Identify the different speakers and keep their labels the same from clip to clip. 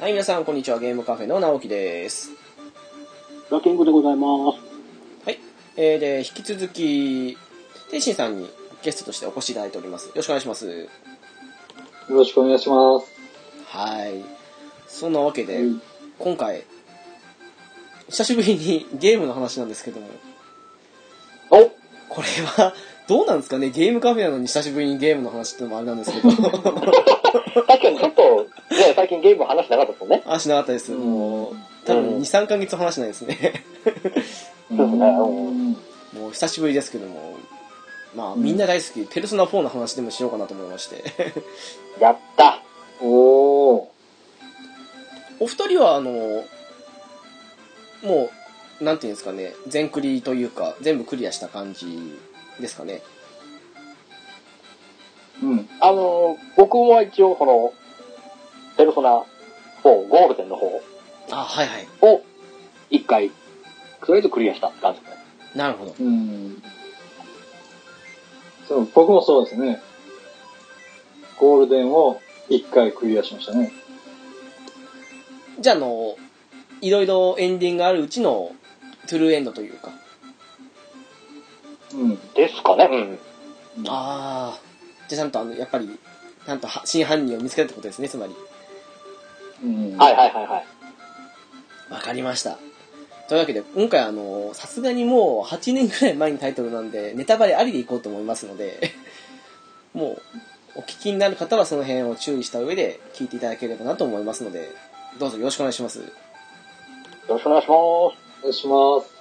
Speaker 1: はい、皆さん、こんにちは。ゲームカフェの直樹です。
Speaker 2: ラケングでございます。
Speaker 1: はい。えー、で、引き続き、天心さんにゲストとしてお越しいただいております。よろしくお願いします。
Speaker 2: よろしくお願いします。
Speaker 1: はい。そんなわけで、
Speaker 2: うん
Speaker 1: 今回、久しぶりにゲームの話なんですけども、
Speaker 2: お
Speaker 1: これは、どうなんですかねゲームカフェなのに久しぶりにゲームの話ってのもあれなんですけど。
Speaker 3: 確かにちょっと、ね、最近ゲーム話してなかったですもんね。
Speaker 1: あ、しなかったです。もう、多分2、3ヶ月話してないですね。
Speaker 3: そうですねうん
Speaker 2: うん
Speaker 1: もう久しぶりですけども、まあ、
Speaker 2: うん
Speaker 1: みんな大好き、ペルソナ4の話でもしようかなと思いまして。
Speaker 3: やった
Speaker 2: おー。
Speaker 1: お二人は、あの、もう、なんていうんですかね、全クリというか、全部クリアした感じですかね。
Speaker 2: うん。
Speaker 3: あのー、僕も一応、この、ペルソナ4、ゴールデンの方
Speaker 1: あ、はいはい。
Speaker 3: を、一回、とりあえずクリアしたって感じですね。
Speaker 1: なるほど。
Speaker 2: うん。そう、僕もそうですね。ゴールデンを一回クリアしましたね。
Speaker 1: じゃあ、あの、いろいろエンディングがあるうちの、トゥルーエンドというか。
Speaker 2: うん。
Speaker 3: ですかね。うん。
Speaker 1: ああ。じゃあ、ちゃんと、あの、やっぱり、ちゃんとは真犯人を見つけたってことですね、つまり。
Speaker 2: うん。
Speaker 3: はいはいはいはい。
Speaker 1: わかりました。というわけで、今回あの、さすがにもう8年くらい前のタイトルなんで、ネタバレありでいこうと思いますので、 もう、お聞きになる方はその辺を注意した上で聞いていただければなと思いますので、どうぞよろしくお願いします。
Speaker 3: よろしくお願いしま
Speaker 2: お願いします。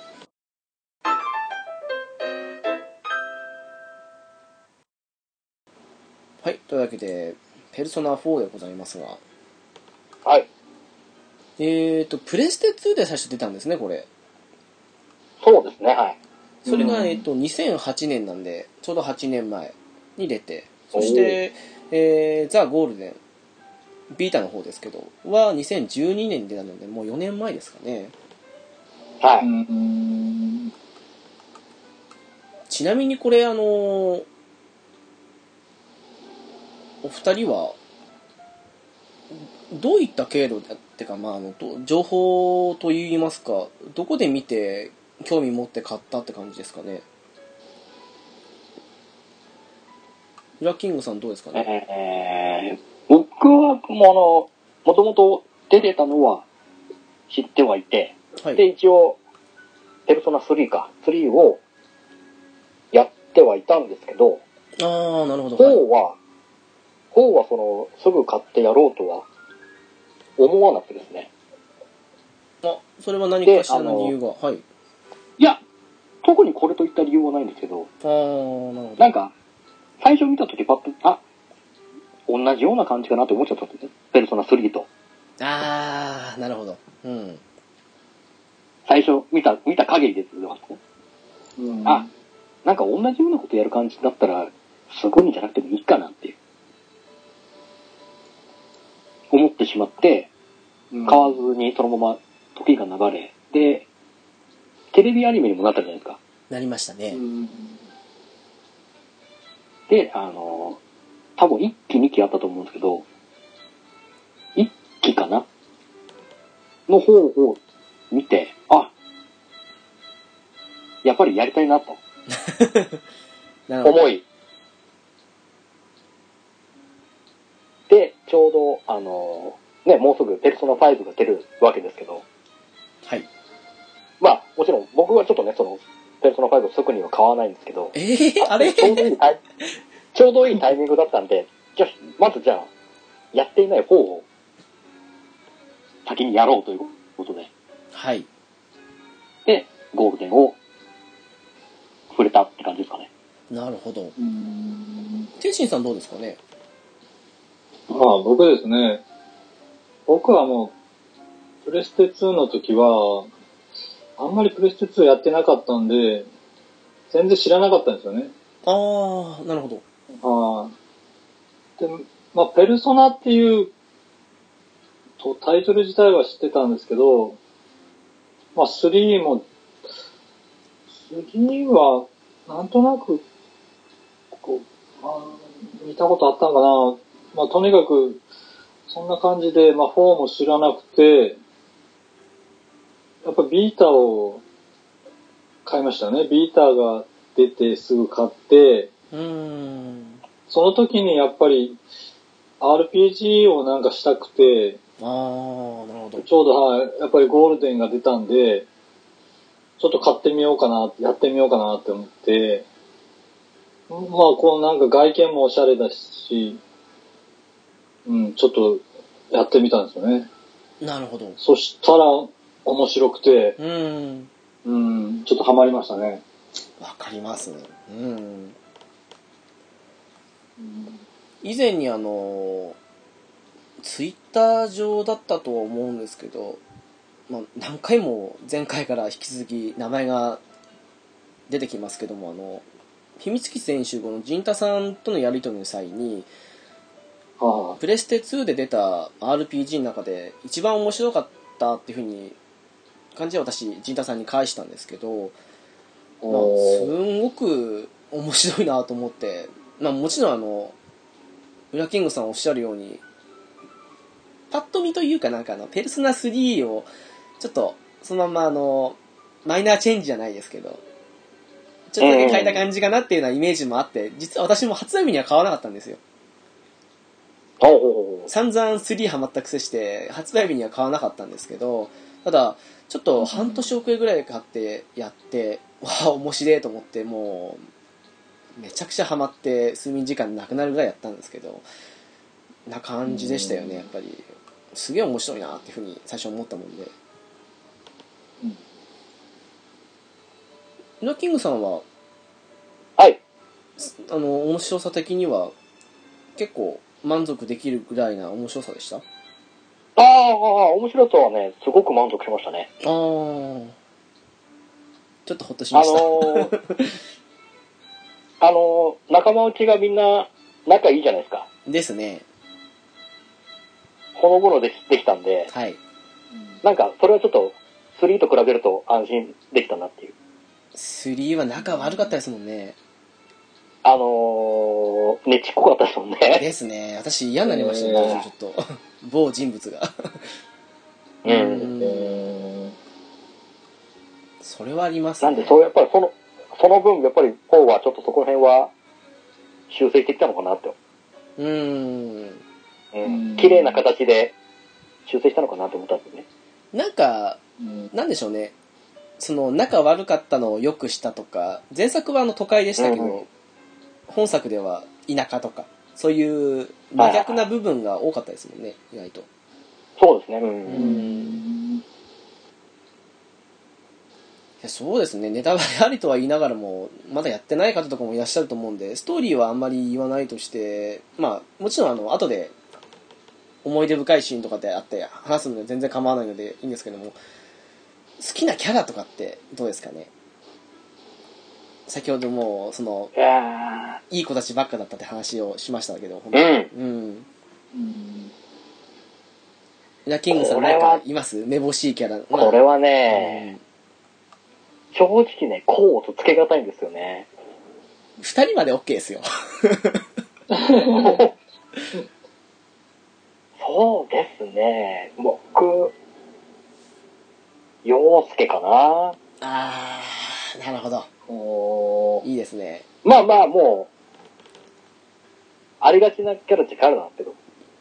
Speaker 1: はい、というわけで、ペルソナ4でございますが、
Speaker 3: す。はい。
Speaker 1: えーと、プレステ2で最初出たんですね、これ。
Speaker 3: そうですね、はい。
Speaker 1: それ
Speaker 2: う
Speaker 1: が、
Speaker 2: ん
Speaker 1: えっと、2008年なんで、ちょうど8年前に出て、そして、えー、ザ・ゴールデン、ビータの方ですけど、は2012年に出たので、もう4年前ですかね。
Speaker 3: は
Speaker 2: う
Speaker 3: い。
Speaker 2: ん。
Speaker 1: ちなみにこれ、あのーお二人は、どういった経路だってか、まあ、あの、ど情報といいますか、どこで見て、興味持って買ったって感じですかね。フラキングさんどうですかね。
Speaker 3: えー、僕は、もうあの、もともと出てたのは知ってはいて、
Speaker 1: はい。
Speaker 3: で、一応、ペルソナ3か、3をやってはいたんですけど、
Speaker 1: ああ、なるほど。はい
Speaker 3: 4は、4はその、すぐ買ってやろうとは思わなくてですね。
Speaker 1: あ、それは何かしら
Speaker 3: であ
Speaker 1: の
Speaker 3: の
Speaker 1: 理由が。はい。
Speaker 3: いや、特にこれといった理由はないんですけど、
Speaker 1: ああ、なるほど。
Speaker 3: なんか、最初見たときパッと、あ、同じような感じかなと思っちゃったんですね。ペルソナ3と。
Speaker 1: ああ、なるほど。うん。
Speaker 3: 最初見た、見た限りですけど、
Speaker 2: うん
Speaker 3: あ、なんか同じようなことやる感じだったら、すごいんじゃなくてもいいかなっていう。思ってしまって、
Speaker 2: うん
Speaker 3: 買わずにそのまま時が流れ、で、テレビアニメにもなったじゃないですか。
Speaker 1: なりましたね。
Speaker 2: うん。
Speaker 3: で、あの、多分1期2期あったと思うんですけど、1期かなの方を見て、あ、やっぱりやりたいなと
Speaker 1: なるほど。
Speaker 3: 思い。で、ちょうど、あの、ね、もうすぐペルソナ5が出るわけですけど、
Speaker 1: はい。
Speaker 3: まあ、もちろん僕はちょっとね、その、ペルソナ5すぐには買わないんですけど、
Speaker 1: えー、あれ
Speaker 3: ちょうどいいタイ、ちょうどいいタイミングだったんで、じゃあ、まずじゃあ、やっていない方を、先にやろうということで、
Speaker 1: はい。
Speaker 3: で、ゴールデンを、触れたって感じですかね。
Speaker 1: なるほど。
Speaker 2: うん。
Speaker 1: 天心さんどうですかね
Speaker 2: まあ僕ですね、僕はもう、プレステ2の時は、あんまりプレステ2やってなかったんで、全然知らなかったんですよね。
Speaker 1: ああ、なるほど。
Speaker 2: ああ。で、まあ、ペルソナっていう、とタイトル自体は知ってたんですけど、まあ、3も、3は、なんとなく、こう、まあ、見たことあったんかな。まあ、とにかく、そんな感じで、まあ、4も知らなくて、やっぱビータを買いましたね。ビータが出てすぐ買って、
Speaker 1: うーん。
Speaker 2: その時にやっぱり RPG をなんかしたくて、
Speaker 1: あー、なるほど。
Speaker 2: ちょうど、はい、やっぱりゴールデンが出たんで、ちょっと買ってみようかな、やってみようかなって思って、まあ、こうなんか外見もおしゃれだし、うん、ちょっとやってみたんですよね。
Speaker 1: なるほど。う
Speaker 2: そしたら面白くて、
Speaker 1: ーん。
Speaker 2: うん、ちょっとハマりましたね。
Speaker 1: わかりますね。うん。以前にあの、ツイッター上だったとは思うんですけど、まあ、何回も前回から引き続き名前が出てきますけども、あの、秘密基地全集合の陣田さんとのやりとりの際に、
Speaker 2: は
Speaker 1: プレステ2で出た RPG の中で一番面白かったっていうふうに感じで私、陣田さんに返したんですけど、ま
Speaker 2: い、
Speaker 1: あ、す
Speaker 2: おー
Speaker 1: んごく面白いなと思って、まあ、もちろんあの裏キングさんおっしゃるようにパッと見というかなんかあのペルソナ3をちょっとそのままあのマイナーチェンジじゃないですけどちょっとだけ変えた感じかなっていうようなイメージもあって実は私も初耳には買わなかったんですよ
Speaker 3: あお
Speaker 1: 散々3ハマった癖して発売日には買わなかったんですけどただちょっと半年遅れぐらい買ってやってわあ面白いと思ってもうめちゃくちゃハマって睡眠時間なくなるぐらいやったんですけどな感じでしたよねやっぱりすげえ面白いなっていうふうに最初思ったもんで
Speaker 2: うん
Speaker 1: ウラキングさんは
Speaker 3: はい。
Speaker 1: あの面白さ的には結構満足できるぐらいな面白さでしたあ
Speaker 3: ああ、面白さはね、すごく満足しましたね。
Speaker 1: あちょっとほっとし
Speaker 3: あ
Speaker 1: ました、
Speaker 3: のー、あのー、仲間内がみんな仲いいじゃないですか。
Speaker 1: ですね
Speaker 3: ほのぼのでできたんで、
Speaker 1: はい
Speaker 3: なんかそれはちょっと3と比べると安心できたなっていう。
Speaker 1: 3は仲悪かったですもんね
Speaker 3: あのー、ねちっこかったですもんね。
Speaker 1: ですね私嫌になりましたね
Speaker 2: えー
Speaker 1: ちょっと 某人物が
Speaker 3: う。
Speaker 1: うん
Speaker 2: え
Speaker 1: それはあります
Speaker 3: な
Speaker 1: ね
Speaker 3: んで、そう、やっぱりその、その分、やっぱり4はちょっとそこら辺は修正してきたのかなって。
Speaker 1: うーん
Speaker 3: う
Speaker 2: うん
Speaker 3: ん。綺麗な形で修正したのかなと思ったんですよね。
Speaker 1: なんか
Speaker 2: ーうん
Speaker 1: なんでしょうねその仲悪かったのを良くしたとか前作はあの都会でしたけど、
Speaker 3: うんう
Speaker 1: 本作では田舎とかそういう真逆な部分が多かったですもんね意外と
Speaker 3: そうですね。うん。
Speaker 1: うんいやそうですねネタバレありとは言いながらもまだやってない方とかもいらっしゃると思うんでストーリーはあんまり言わないとしてまあもちろんあの後で思い出深いシーンとかであって話すので全然構わないのでいいんですけども好きなキャラとかってどうですかね先ほどもうその
Speaker 3: いや
Speaker 1: いい子たちばっかだったって話をしましたけど本当に
Speaker 3: ー
Speaker 1: うん
Speaker 2: うん
Speaker 1: いやキングさん
Speaker 3: これ
Speaker 1: なん
Speaker 3: は
Speaker 1: かいますめぼしいキャラ
Speaker 3: うん。これはね、
Speaker 1: 2
Speaker 3: 正直ね、こうとつけがたいんですよね。
Speaker 1: 人まで OK ですよ
Speaker 3: そうですね。僕、洋介かな。
Speaker 1: ああなるほど
Speaker 2: おー
Speaker 1: いいですね
Speaker 3: まあまあ、もう、ありがちなキャラってキャラなんですけど、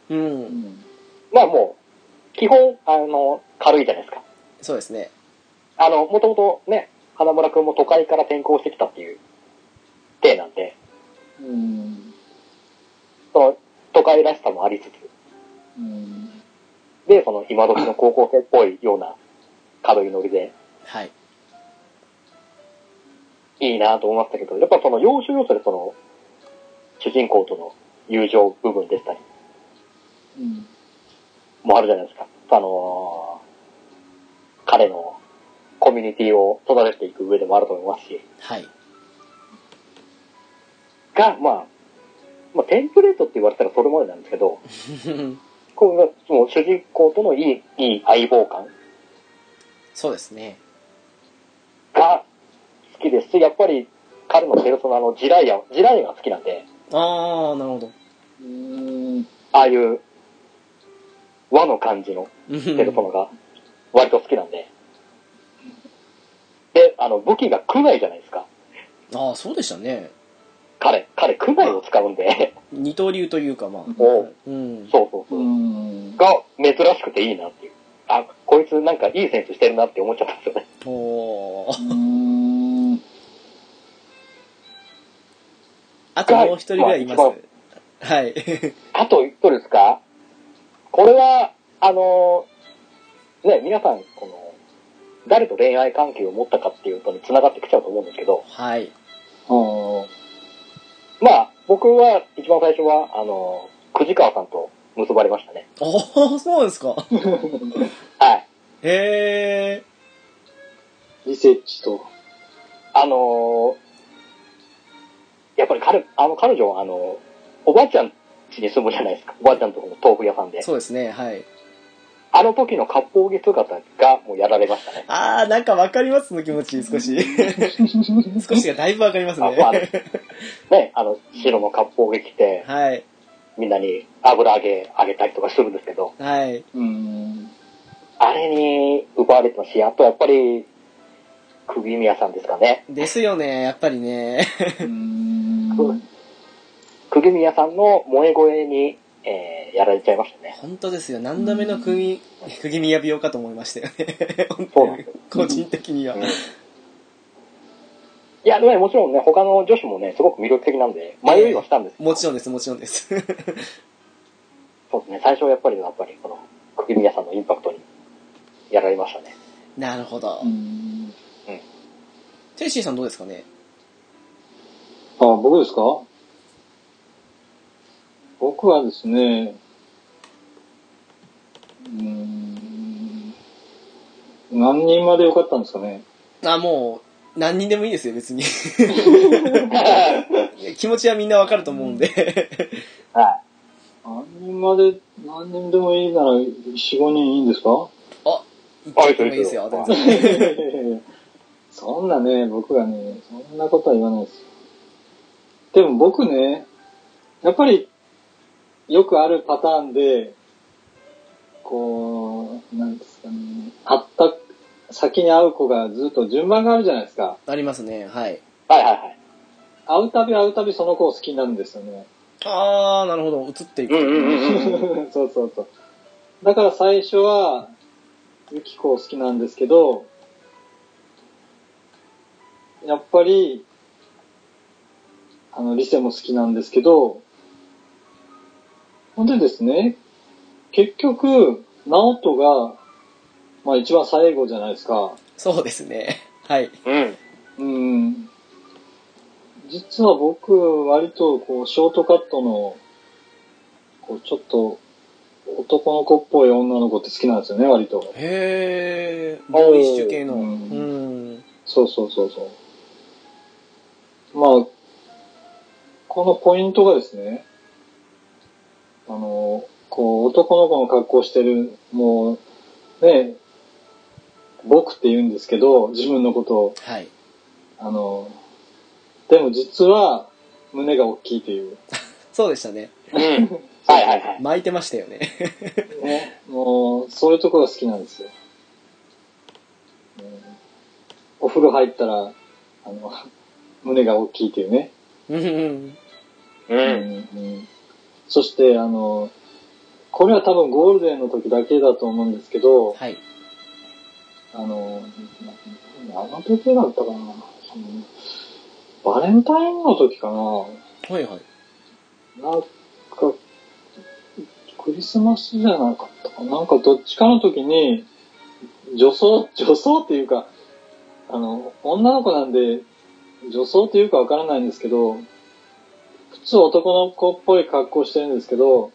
Speaker 1: う、
Speaker 2: うんん
Speaker 3: まあもう、基本、あの、軽いじゃないですか。
Speaker 1: そうですね。
Speaker 3: あの、もともとね、花村くんも都会から転校してきたっていう、体なんで、
Speaker 2: うん
Speaker 3: その、都会らしさもありつつ、
Speaker 2: うん
Speaker 3: で、その、今時の高校生っぽいような軽いノリで、
Speaker 1: はい。
Speaker 3: いいなと思いましたけど、やっぱその、要所要所でその、主人公との友情部分でしたり、
Speaker 2: うん
Speaker 3: もあるじゃないですか。あのー彼のコミュニティを育てていく上でもあると思いますし、
Speaker 1: はい。
Speaker 3: が、まあ、まあ、テンプレートって言われたらそれまでなんですけど、こうもう主人公とのいい、いい相棒感
Speaker 1: そうですね。
Speaker 3: が好きですし、やっぱり彼のペルソナのジライア、ジライアが好きなんで、
Speaker 1: ああ、なるほど。
Speaker 2: うん
Speaker 3: ああいう和の感じの
Speaker 1: うん
Speaker 3: ペルソナが割と好きなんで。で、あの、武器がクナイじゃないですか。
Speaker 1: ああ、そうでしたね。
Speaker 3: 彼、彼、クナイを使うんで、
Speaker 1: 二刀流というか、まあ。
Speaker 3: おう
Speaker 1: うん。
Speaker 3: そうそう
Speaker 2: う
Speaker 3: そう。
Speaker 2: ん。
Speaker 3: が珍しくていいなっていう。あ、こいつなんかいい選手してるなって思っちゃったんですよね。
Speaker 1: おー
Speaker 2: うん。
Speaker 1: あともう一人ぐらいいます
Speaker 3: まあ一。
Speaker 1: はい。
Speaker 3: あと一人ですかこれは、あのーね、皆さん、この、誰と恋愛関係を持ったかっていうとに繋がってきちゃうと思うんですけど、
Speaker 1: はい。
Speaker 2: あ
Speaker 3: まあ、僕は一番最初は、あのー、くじかわさんと結ばれましたね。
Speaker 1: おーそうなんですか。
Speaker 3: はい。
Speaker 1: へえ。
Speaker 2: ーリセッチと。
Speaker 3: あのーやっぱり彼、あの、彼女は、あのおばあちゃん家に住むじゃないですか。おばあちゃんとこの豆腐屋さんで。
Speaker 1: そうですね、はい。
Speaker 3: あの時の割烹着姿がもうやられましたね。
Speaker 1: ああ、なんかわかります、その気持ち、少 し。少しがだいぶわかります
Speaker 3: あまあ
Speaker 1: ね。
Speaker 3: ね、あの、白の割烹着着て、
Speaker 1: はい。
Speaker 3: みんなに油揚げあげたりとかするんですけど、
Speaker 1: はい。
Speaker 2: うん。
Speaker 3: あれに奪われてますし、あとやっぱり、釘宮さんですかね。
Speaker 1: ですよね、やっぱりね。
Speaker 2: うん。
Speaker 3: 釘宮さんの萌え声に、えーやられちゃいましたね。
Speaker 1: 本当ですよ。何度目の釘、釘宮病かと思いましたよね。本
Speaker 3: そう
Speaker 1: 当
Speaker 3: なん
Speaker 1: に
Speaker 3: ですよ。
Speaker 1: 個人的には
Speaker 3: うん。いや、でももちろんね、他の女子もね、すごく魅力的なんで、迷いはしたんですけど、
Speaker 1: もちろんです、もちろんです。
Speaker 3: そうですね、最初はやっぱり、やっぱり、この、釘宮さんのインパクトに、やられまし たね。
Speaker 1: なるほど。
Speaker 2: うん
Speaker 1: テイシーさんどうですかね
Speaker 2: あ、僕ですか僕はですね、うーん、何人までよかったんですかね。
Speaker 1: あ、もう、何人でもいいですよ、別に。 気持ちはみんなわかると思うんで。
Speaker 3: は
Speaker 2: 何人まで、何人でもいいなら、4、5人いいんですか
Speaker 1: あ、
Speaker 3: あ
Speaker 1: 言
Speaker 3: い
Speaker 1: っ
Speaker 3: い
Speaker 1: て
Speaker 3: で
Speaker 1: も
Speaker 3: すよ
Speaker 1: いいですよ、
Speaker 3: はい
Speaker 1: 全然
Speaker 2: そんなね、僕がね、そんなことは言わないです。でも僕ね、やっぱり、よくあるパターンで、こう、なんですかね、会った、先に会う子がずっと順番があるじゃないですか。
Speaker 1: ありますね、はい。
Speaker 3: い。はいはいはい。
Speaker 2: 会うたび会うたびその子を好きになるんですよね。
Speaker 1: あー、なるほど、映っていく。
Speaker 3: んうんうん。
Speaker 2: そうそうそう。だから最初は、ユキコを好きなんですけど、やっぱり、あの、リセも好きなんですけど、ほんでですね、結局、ナオトが、まあ一番最後じゃないですか。
Speaker 1: そうですね。 はい。
Speaker 3: うん。
Speaker 2: うん。実は僕、割と、こう、ショートカットの、こう、ちょっと、男の子っぽい女の子って好きなんですよね、割と。
Speaker 1: へー、ボーイッシュ系の。
Speaker 2: お
Speaker 1: う
Speaker 2: ー
Speaker 1: ん。
Speaker 2: そうそうそうそう。まあ、このポイントがですね、あの、こう、男の子の格好してる、もう、ね、僕って言うんですけど、自分のことを。
Speaker 1: はい。
Speaker 2: あの、でも実は、胸が大きいという。
Speaker 1: そうでしたね。
Speaker 3: うん。はいはいはい。
Speaker 1: 巻いてましたよね。
Speaker 2: ね、もう、そういうとこが好きなんですよ。うんお風呂入ったら、あの、胸が大きいというね。
Speaker 1: うんうん。
Speaker 3: う。
Speaker 2: うんんそして、あの、これは多分ゴールデンの時だけだと思うんですけど、
Speaker 1: はい。
Speaker 2: あの、あの時だったかな。そのバレンタインの時かな。
Speaker 1: はいはい。
Speaker 2: なんか、クリスマスじゃなかったかな。なんかどっちかの時に、女装、 女装っていうか、あの、女の子なんで、女装っていうかわからないんですけど、普通男の子っぽい格好してるんですけど、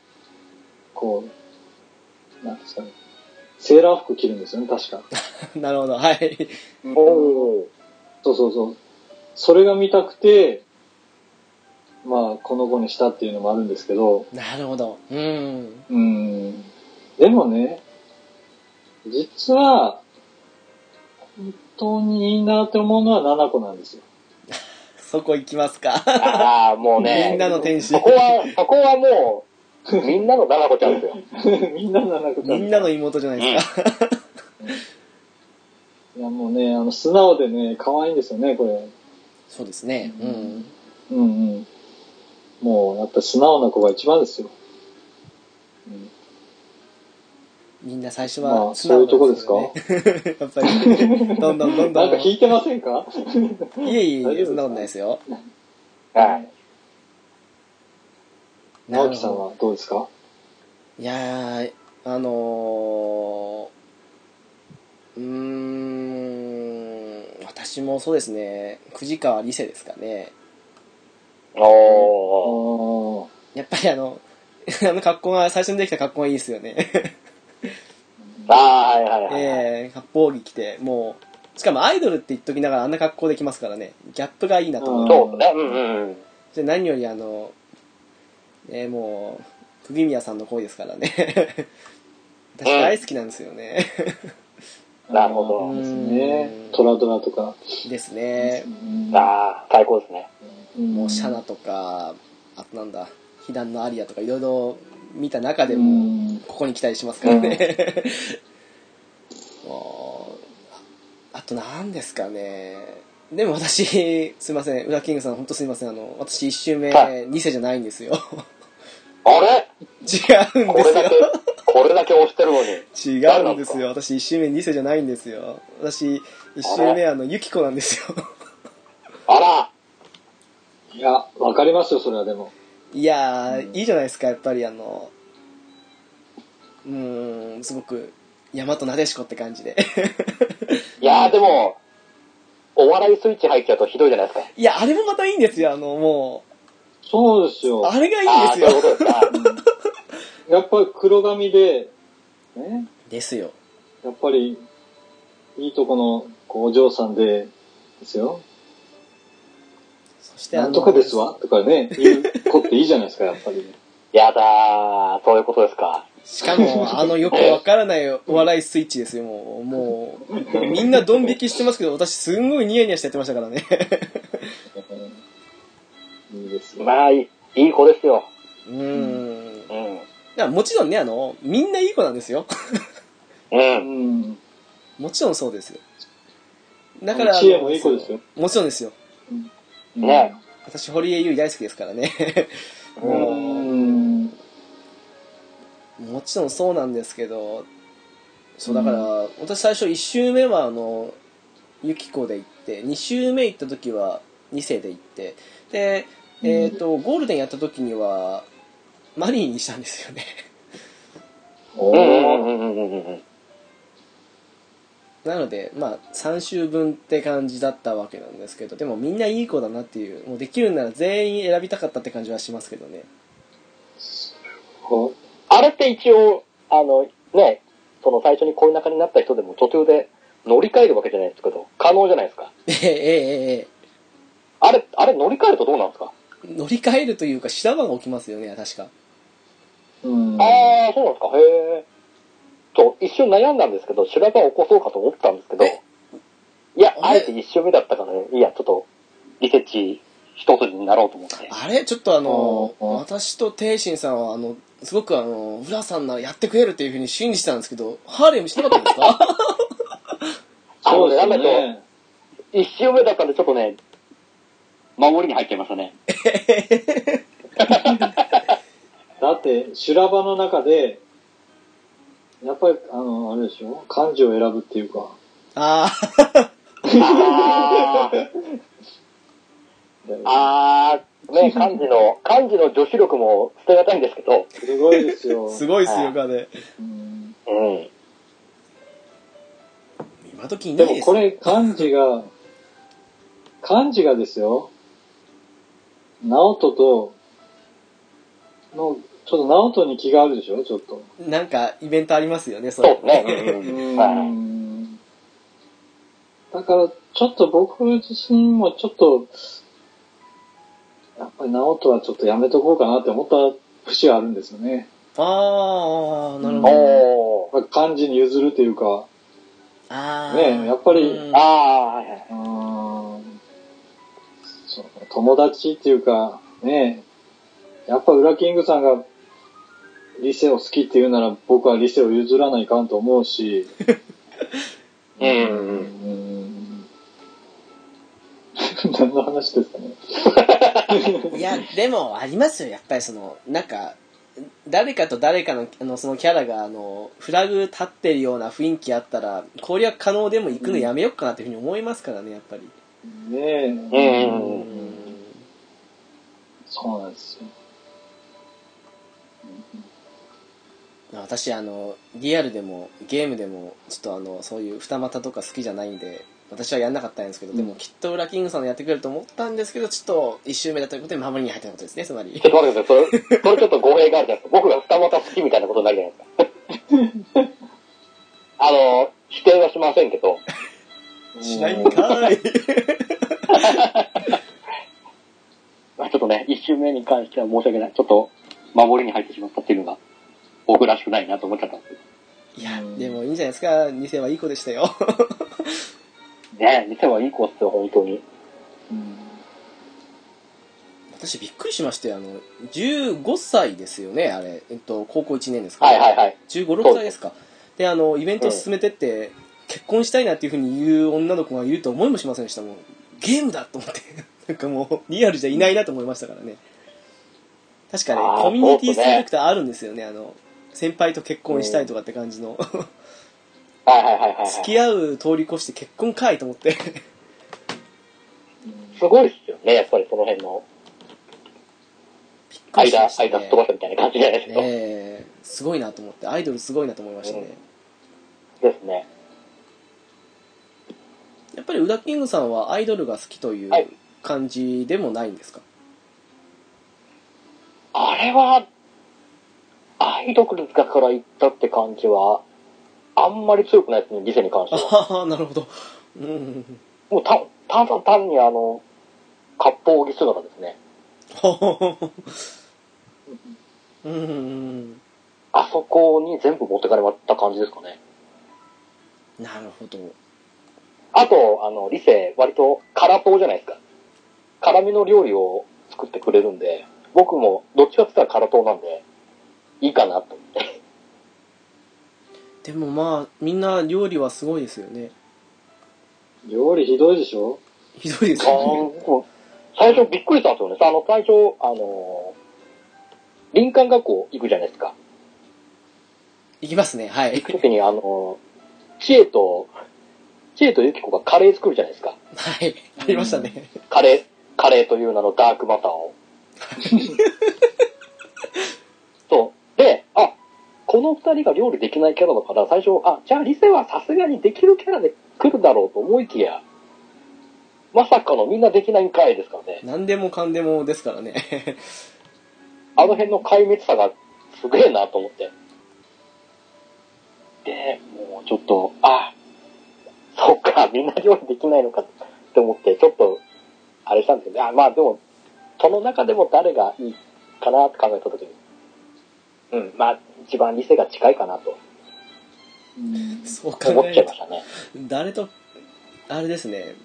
Speaker 2: こう、なんですかね、セーラー服着るんですよね、確か。
Speaker 1: なるほど、はい。
Speaker 3: おー。
Speaker 2: そうそうそう。それが見たくて、まあ、この子にしたっていうのもあるんですけど、
Speaker 1: なるほど。うん。
Speaker 2: うんでもね、実は、本当にいいなって思うのは七子なんですよ。
Speaker 1: そこ行きますか。
Speaker 3: ああ、もうね。
Speaker 1: みんなの天使
Speaker 3: そ。こは、そこはもみんなの七子ちゃんですよ。
Speaker 2: みんなの中ちゃ
Speaker 1: み
Speaker 2: ん。
Speaker 1: ん
Speaker 2: い
Speaker 1: なの妹じゃないですか。
Speaker 2: や、もうね、あの、素直でね、可愛いんですよね、これ。
Speaker 1: そうですね。うん。
Speaker 2: うんうん。もう、やっぱ素直な子が一番ですよ。うん
Speaker 1: みんな最初
Speaker 2: ま
Speaker 1: は
Speaker 2: あ、そういうとこですか
Speaker 1: 素直なんですよね やっぱり、どんどんどんど。
Speaker 2: なんんか引いてませんか
Speaker 1: いえいえ、
Speaker 2: 大丈夫ですか
Speaker 1: そんなことないですよ。
Speaker 3: はい。
Speaker 1: なるほど
Speaker 2: 直樹さんはどうですか
Speaker 1: いやー、あのー、うーん、私もそうですね、藤川理世ですかね。
Speaker 2: ああ
Speaker 3: おー。
Speaker 2: ー。
Speaker 1: やっぱりあの、 あの格好が、最初にできた格好がいいですよ ね。
Speaker 3: あー、はいはいはい。
Speaker 1: ええー、八方着着て、もう、しかもアイドルって言っときながらあんな格好できますからね、ギャップがいいなと思って。
Speaker 3: そうですね。うんうんうん。
Speaker 1: で何よりあの、えー、もう、釘宮さんの声ですから ね。私大好きなんですよね。
Speaker 3: なるほど
Speaker 2: あーです
Speaker 1: う
Speaker 2: ね
Speaker 1: ん。
Speaker 2: トラドラとか。
Speaker 1: ですね。
Speaker 3: あー、最高ですね。
Speaker 1: も
Speaker 2: も
Speaker 1: うシャナとかあとなんだ被弾のアリアとかいろいろ見た中でもここに期待しますからね、もうああと何ですかねでも私すいませんウラキングさん本当すいませんあの私1周目
Speaker 3: は
Speaker 1: 2世じゃないんですよ
Speaker 3: あれ
Speaker 1: 違うん
Speaker 3: これだけ
Speaker 1: で、
Speaker 3: これだけ押してるのに。
Speaker 1: すよ違うんですよ私1周目2世じゃないんですよ私1周
Speaker 3: あ
Speaker 1: 目あのユキコなんですよ
Speaker 3: あら、
Speaker 2: いや、わかりますよ、それはでも。
Speaker 1: いやー、いいじゃないですかやっぱりあのうーんすごく大和なでしこって感じで
Speaker 3: いやーでも、お笑いスイッチ入っちゃうとひどいじゃないですか。
Speaker 1: いやあれもまたいいんですよあのも
Speaker 2: そうです
Speaker 1: う
Speaker 2: よ。
Speaker 1: あれがいい
Speaker 3: あ
Speaker 1: ん
Speaker 3: あー、
Speaker 1: です
Speaker 3: そう
Speaker 1: よ
Speaker 3: いうことですか。
Speaker 2: やっぱり黒髪で、ね、
Speaker 1: ですよ
Speaker 2: やっぱり、いいとこのこうお嬢さんで、ですよ。
Speaker 1: そしてあ
Speaker 2: な
Speaker 1: の
Speaker 2: んとかですわとかね、言う子っていいじゃないですか、やっぱり。
Speaker 3: やだー、そういうことですか。
Speaker 1: しかもあのよくわからないお笑いスイッチですよもうもうみんなドン引きしてますけど私すんごいニヤニヤしてやってましたから ね
Speaker 2: いいですよ。
Speaker 3: まあ、いいいい子ですよ。
Speaker 1: うーんだ
Speaker 3: うん。
Speaker 1: からもちろんねあのみんないい子なんですよ
Speaker 3: う。
Speaker 2: うんん。
Speaker 1: もちろんそうですよだから
Speaker 2: 知恵もいい子ですよ
Speaker 1: もちろんですよ
Speaker 3: ね
Speaker 1: 私堀江優衣大好きですからね
Speaker 2: う
Speaker 1: も
Speaker 2: ん。
Speaker 1: もちろんそうなんですけどそうだから、私最初1周目はあのユキコで行って2周目行った時は2世で行ってで、えっとゴールデンやった時にはマリーにしたんですよね
Speaker 2: お
Speaker 3: うんうん
Speaker 2: ー
Speaker 3: うんうんうんうん。
Speaker 1: なのでまあ3周分って感じだったわけなんですけどでもみんないい子だなっていうもうできるなら全員選びたかったって感じはしますけどね
Speaker 2: こ
Speaker 3: あれって一応、あの、ね、その最初に恋仲になった人でも途中で乗り換えるわけじゃないですけど、可能じゃないですか。
Speaker 1: えええええ
Speaker 3: あれ、あれ乗り換えるとどうなんですか
Speaker 1: え乗り換えるというか修羅場が起きますよね確か
Speaker 2: ううん。
Speaker 3: ああ、そうなんですか。へえ。と、一瞬悩んだんですけど、修羅場を起こそうかと思ったんですけど、
Speaker 1: え
Speaker 3: いや、
Speaker 1: あ
Speaker 3: あ
Speaker 1: れ
Speaker 3: えて一瞬目だったから、ね、いや、ちょっと、リセッチ一筋になろうと思って。
Speaker 1: あれちょっとあの、
Speaker 2: うんうん
Speaker 1: 私と天心さんは、あの、すごくあの、浦さんならやってくれるっていうふうに信じてたんですけど、ハーレムしてなかったんです か
Speaker 3: あ
Speaker 2: そ
Speaker 3: の
Speaker 2: う
Speaker 3: ね、
Speaker 2: です
Speaker 3: な
Speaker 2: よ
Speaker 3: んだと、
Speaker 2: ね。
Speaker 3: 一瞬目だったんで、ちょっとね、守りに入っちゃいましたね。
Speaker 2: だって、修羅場の中で、やっぱり、あの、あれでしょ漢字を選ぶっていうか、
Speaker 1: ああ、
Speaker 3: あー あー、 ね、漢字の、漢字の女子力も捨てがたいんですけど、
Speaker 2: すごいですよ。
Speaker 1: すごいっすよ、ガで。
Speaker 2: うん
Speaker 3: うん。
Speaker 1: 今時い
Speaker 2: で
Speaker 1: ない
Speaker 2: も
Speaker 1: です
Speaker 2: これ、漢字が、漢字がですよ、直人と、の、ちょっと直人に気があるでしょちょっと。
Speaker 1: なんか、イベントありますよね、そ
Speaker 3: そう
Speaker 1: れ
Speaker 3: です。ね。う
Speaker 2: う
Speaker 3: んうんうんはい
Speaker 2: ん。だから、ちょっと僕自身もちょっと、やっぱり直人はちょっとやめとこうかなって思った節はあるんですよね。
Speaker 1: ああ、なるほど。
Speaker 3: おー。
Speaker 2: まあ漢字に譲るというか、
Speaker 1: ああ。
Speaker 2: ねえやっぱり
Speaker 1: うん
Speaker 3: あー、はいはい。
Speaker 2: うーんそう友達っていうか、ねえ、やっぱ裏キングさんがリセを好きって言うなら僕はリセを譲らないかんと思うし、
Speaker 3: うん
Speaker 2: う。ん 何の話ですかね。
Speaker 1: いや、でも、ありますよ、やっぱりその、なんか、誰かと誰かの、あの、そのキャラが、あの、フラグ立ってるような雰囲気あったら、攻略可能でも行くのやめようかなっていうふうに思いますからね、やっぱり。
Speaker 2: ねえ。
Speaker 3: うん
Speaker 1: うん
Speaker 2: そうなんですよ。
Speaker 1: 私、あの、リアルでも、ゲームでも、ちょっとあの、そういう二股とか好きじゃないんで、私はやんなかったんですけど、でも、きっと、ウラキングさんのやってくれると思ったんですけど、ちょっと、一周目だということで、守りに入ったことですね、つまり
Speaker 3: ち。ょっと待ってください。それ、それちょっと語弊があるじゃないですか。僕が二股好きみたいなことになるじゃないですか。 あの、否定はしませんけど、
Speaker 1: しないんかい。
Speaker 3: まあちょっとね、一周目に関しては申し訳ない。ちょっと、守りに入ってしまったっていうのが、僕らしくないなと思っちゃったんですけ
Speaker 1: いや、でもいいんじゃないですか、偽はいい子でしたよ。
Speaker 3: ど。ねえ、店はいい子っすよ、本当に。
Speaker 2: うん
Speaker 1: 私びっくりしましてあの15歳ですよねあれ、えっと、高校1年ですか、
Speaker 3: はいはいはい。
Speaker 1: 1 5 6歳ですかであのイベントを進めてって、結婚したいなっていうふうに言う女の子がいると思いもしませんでしたもうゲームだと思って なんかもうリアルじゃいないなと思いましたからね確かね
Speaker 3: あー
Speaker 1: コミュニティスレクターあるんですよねあの先輩と結婚したいとかって感じの
Speaker 3: はいはいはいは い、
Speaker 1: 付
Speaker 3: はい。
Speaker 1: き合う通り越して結婚かいと思って
Speaker 3: すごいっすよね、やっぱりその辺の、
Speaker 1: びっくりし
Speaker 3: 間、
Speaker 1: ましたね
Speaker 3: 間すっ飛ばしたみたいな感じじゃないですか。
Speaker 1: ええすごいなと思ってアイドルすごいなと思いましたね、
Speaker 3: うんですね。
Speaker 1: やっぱりウダキングさんはアイドルが好きという
Speaker 3: はい
Speaker 1: 感じでもないんですか、
Speaker 3: あれは、アイドルだから言ったって感じは、あんまり強くないですね、店に関しては。
Speaker 1: ああなるほどうん
Speaker 3: もう単、単単単にあの、割烹着姿ですね。
Speaker 1: ほほほほうん
Speaker 3: あそこに全部持ってかれまった感じですかね。
Speaker 1: なるほど
Speaker 3: あと、あの、理性、割と辛党じゃないですか。辛みの料理を作ってくれるんで、僕もどっちかって言ったら辛党なんで、いいかなと思って。
Speaker 1: でもまあみんな料理はすごいですよね
Speaker 2: 料理ひどいでしょ
Speaker 1: ひどいです
Speaker 3: あ
Speaker 1: よね
Speaker 3: ーそう最初びっくりしたんですよね。あの、最初、あのー林間学校行くじゃないですか。
Speaker 1: いきますねはい
Speaker 3: 行くときに、あのー、知恵と、知恵とゆき子がカレー作るじゃないですか。
Speaker 1: はいありましたね
Speaker 3: カレー、カレーという名のダークマターを。そう。で、あ、この二人が料理できないキャラだから、最初、あ、じゃあリセはさすがにできるキャラで来るだろうと思いきや、まさかのみんなできないんかいですからね。
Speaker 1: 何でもかんでもですからね
Speaker 3: あの辺の壊滅さがすげえなと思って。で、もうちょっと、あ、そっか、みんな料理できないのかって思って、ちょっと、あれしたんですけど、あ、まあでも、その中でも誰がいいかなって考えたときに、うん、まあ、一番店が近いかなと
Speaker 1: そう考
Speaker 3: 思っ
Speaker 1: え
Speaker 3: ちゃ
Speaker 1: る
Speaker 3: いま
Speaker 1: と
Speaker 3: したね。
Speaker 1: 誰とあれですね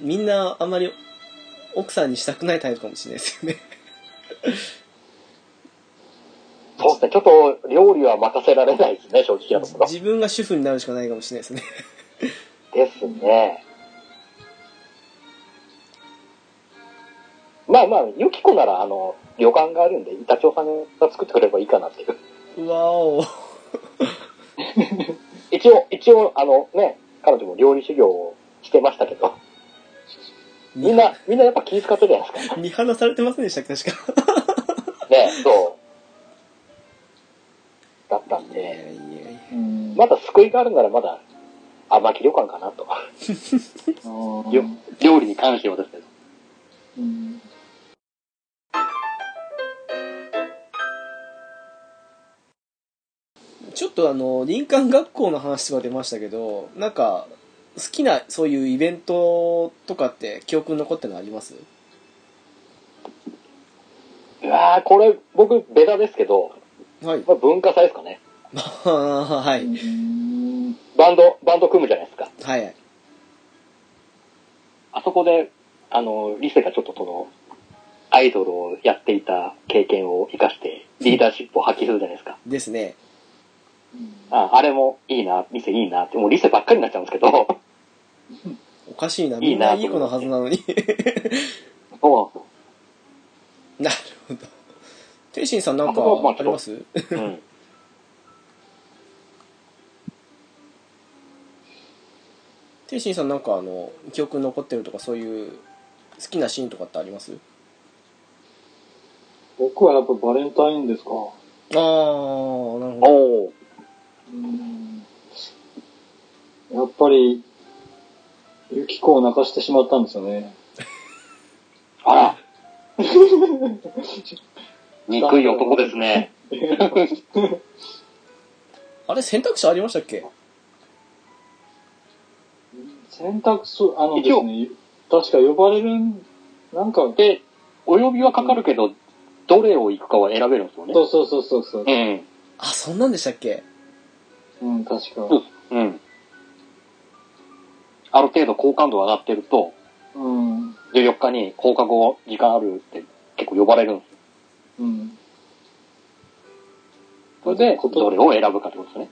Speaker 1: みんなあんまり奥さんにしたくないタイプかもしれないですよね
Speaker 3: そうですね、ちょっと料理は任せられないですね、正直なところ。
Speaker 1: 自分が主婦になるしかないかもしれないですね
Speaker 3: ですね。まあまあ、ユキコなら、あの、旅館があるんで、板長さんが作ってくれればいいかなっていう。
Speaker 1: うわお
Speaker 3: 一応、一応、あのね、彼女も料理修行をしてましたけど、みん な、みんなやっぱ気遣ってるじゃないですか。
Speaker 1: 見放されてませんでしたっけ確か
Speaker 3: ね、そう。だったんで、
Speaker 1: いやいやいや
Speaker 2: うん
Speaker 3: まだ救いがあるならまだ、甘木旅館かなと。
Speaker 2: あー
Speaker 3: よ料理に関してはですけど。
Speaker 2: うん
Speaker 1: ちょっとあの林間学校の話とか出ましたけどなんか好きなそういうイベントとかって記憶に残ってるのあります
Speaker 3: うわーこれ、僕、ベタですけど、
Speaker 1: はい
Speaker 3: まあ、文化祭ですかね。
Speaker 1: まあはい、
Speaker 2: うん
Speaker 3: バンド、バンド組むじゃないですか。
Speaker 1: はい
Speaker 3: あそこで、あの、リセがちょっとその、アイドルをやっていた経験を生かして、リーダーシップを発揮するじゃないですか。
Speaker 1: ですね。
Speaker 3: ああれもいいな、リセいいなって、もうリセばっかりになっちゃうんですけど、
Speaker 1: おかしいな。
Speaker 3: い
Speaker 1: み
Speaker 3: い
Speaker 1: んな
Speaker 3: ない
Speaker 1: い子のはずなのに。
Speaker 3: もう
Speaker 1: なるほど。天心さんなんか
Speaker 3: あまあまあ
Speaker 1: あります
Speaker 3: うん。
Speaker 1: 天心さんなんかあの、記憶に残ってるとかそういう好きなシーンとかってあります
Speaker 2: 僕はやっぱバレンタインですか。
Speaker 1: あー、なるほど。
Speaker 3: おお。
Speaker 2: うんやっぱり、ユキコを泣かしてしまったんですよね。
Speaker 3: あら。 憎い男ですね。
Speaker 1: あれ選択肢ありましたっけ
Speaker 2: 選択肢、あので
Speaker 3: 一
Speaker 2: す
Speaker 3: 応
Speaker 2: ね、確か呼ばれるん、なんか、
Speaker 3: で、お呼びはかかるけど、どれを行くかは選べるんですよね。
Speaker 2: そうそうそうそうそう、
Speaker 3: うん。
Speaker 1: あ、そんなんでしたっけ
Speaker 2: うん、確か。
Speaker 3: うん。ある程度好感度上がってると、
Speaker 2: うん、
Speaker 3: 14日に放課後時間あるって結構呼ばれるんですよ。
Speaker 2: うん。
Speaker 3: それで、
Speaker 2: こと
Speaker 3: どれを選ぶかってことですね。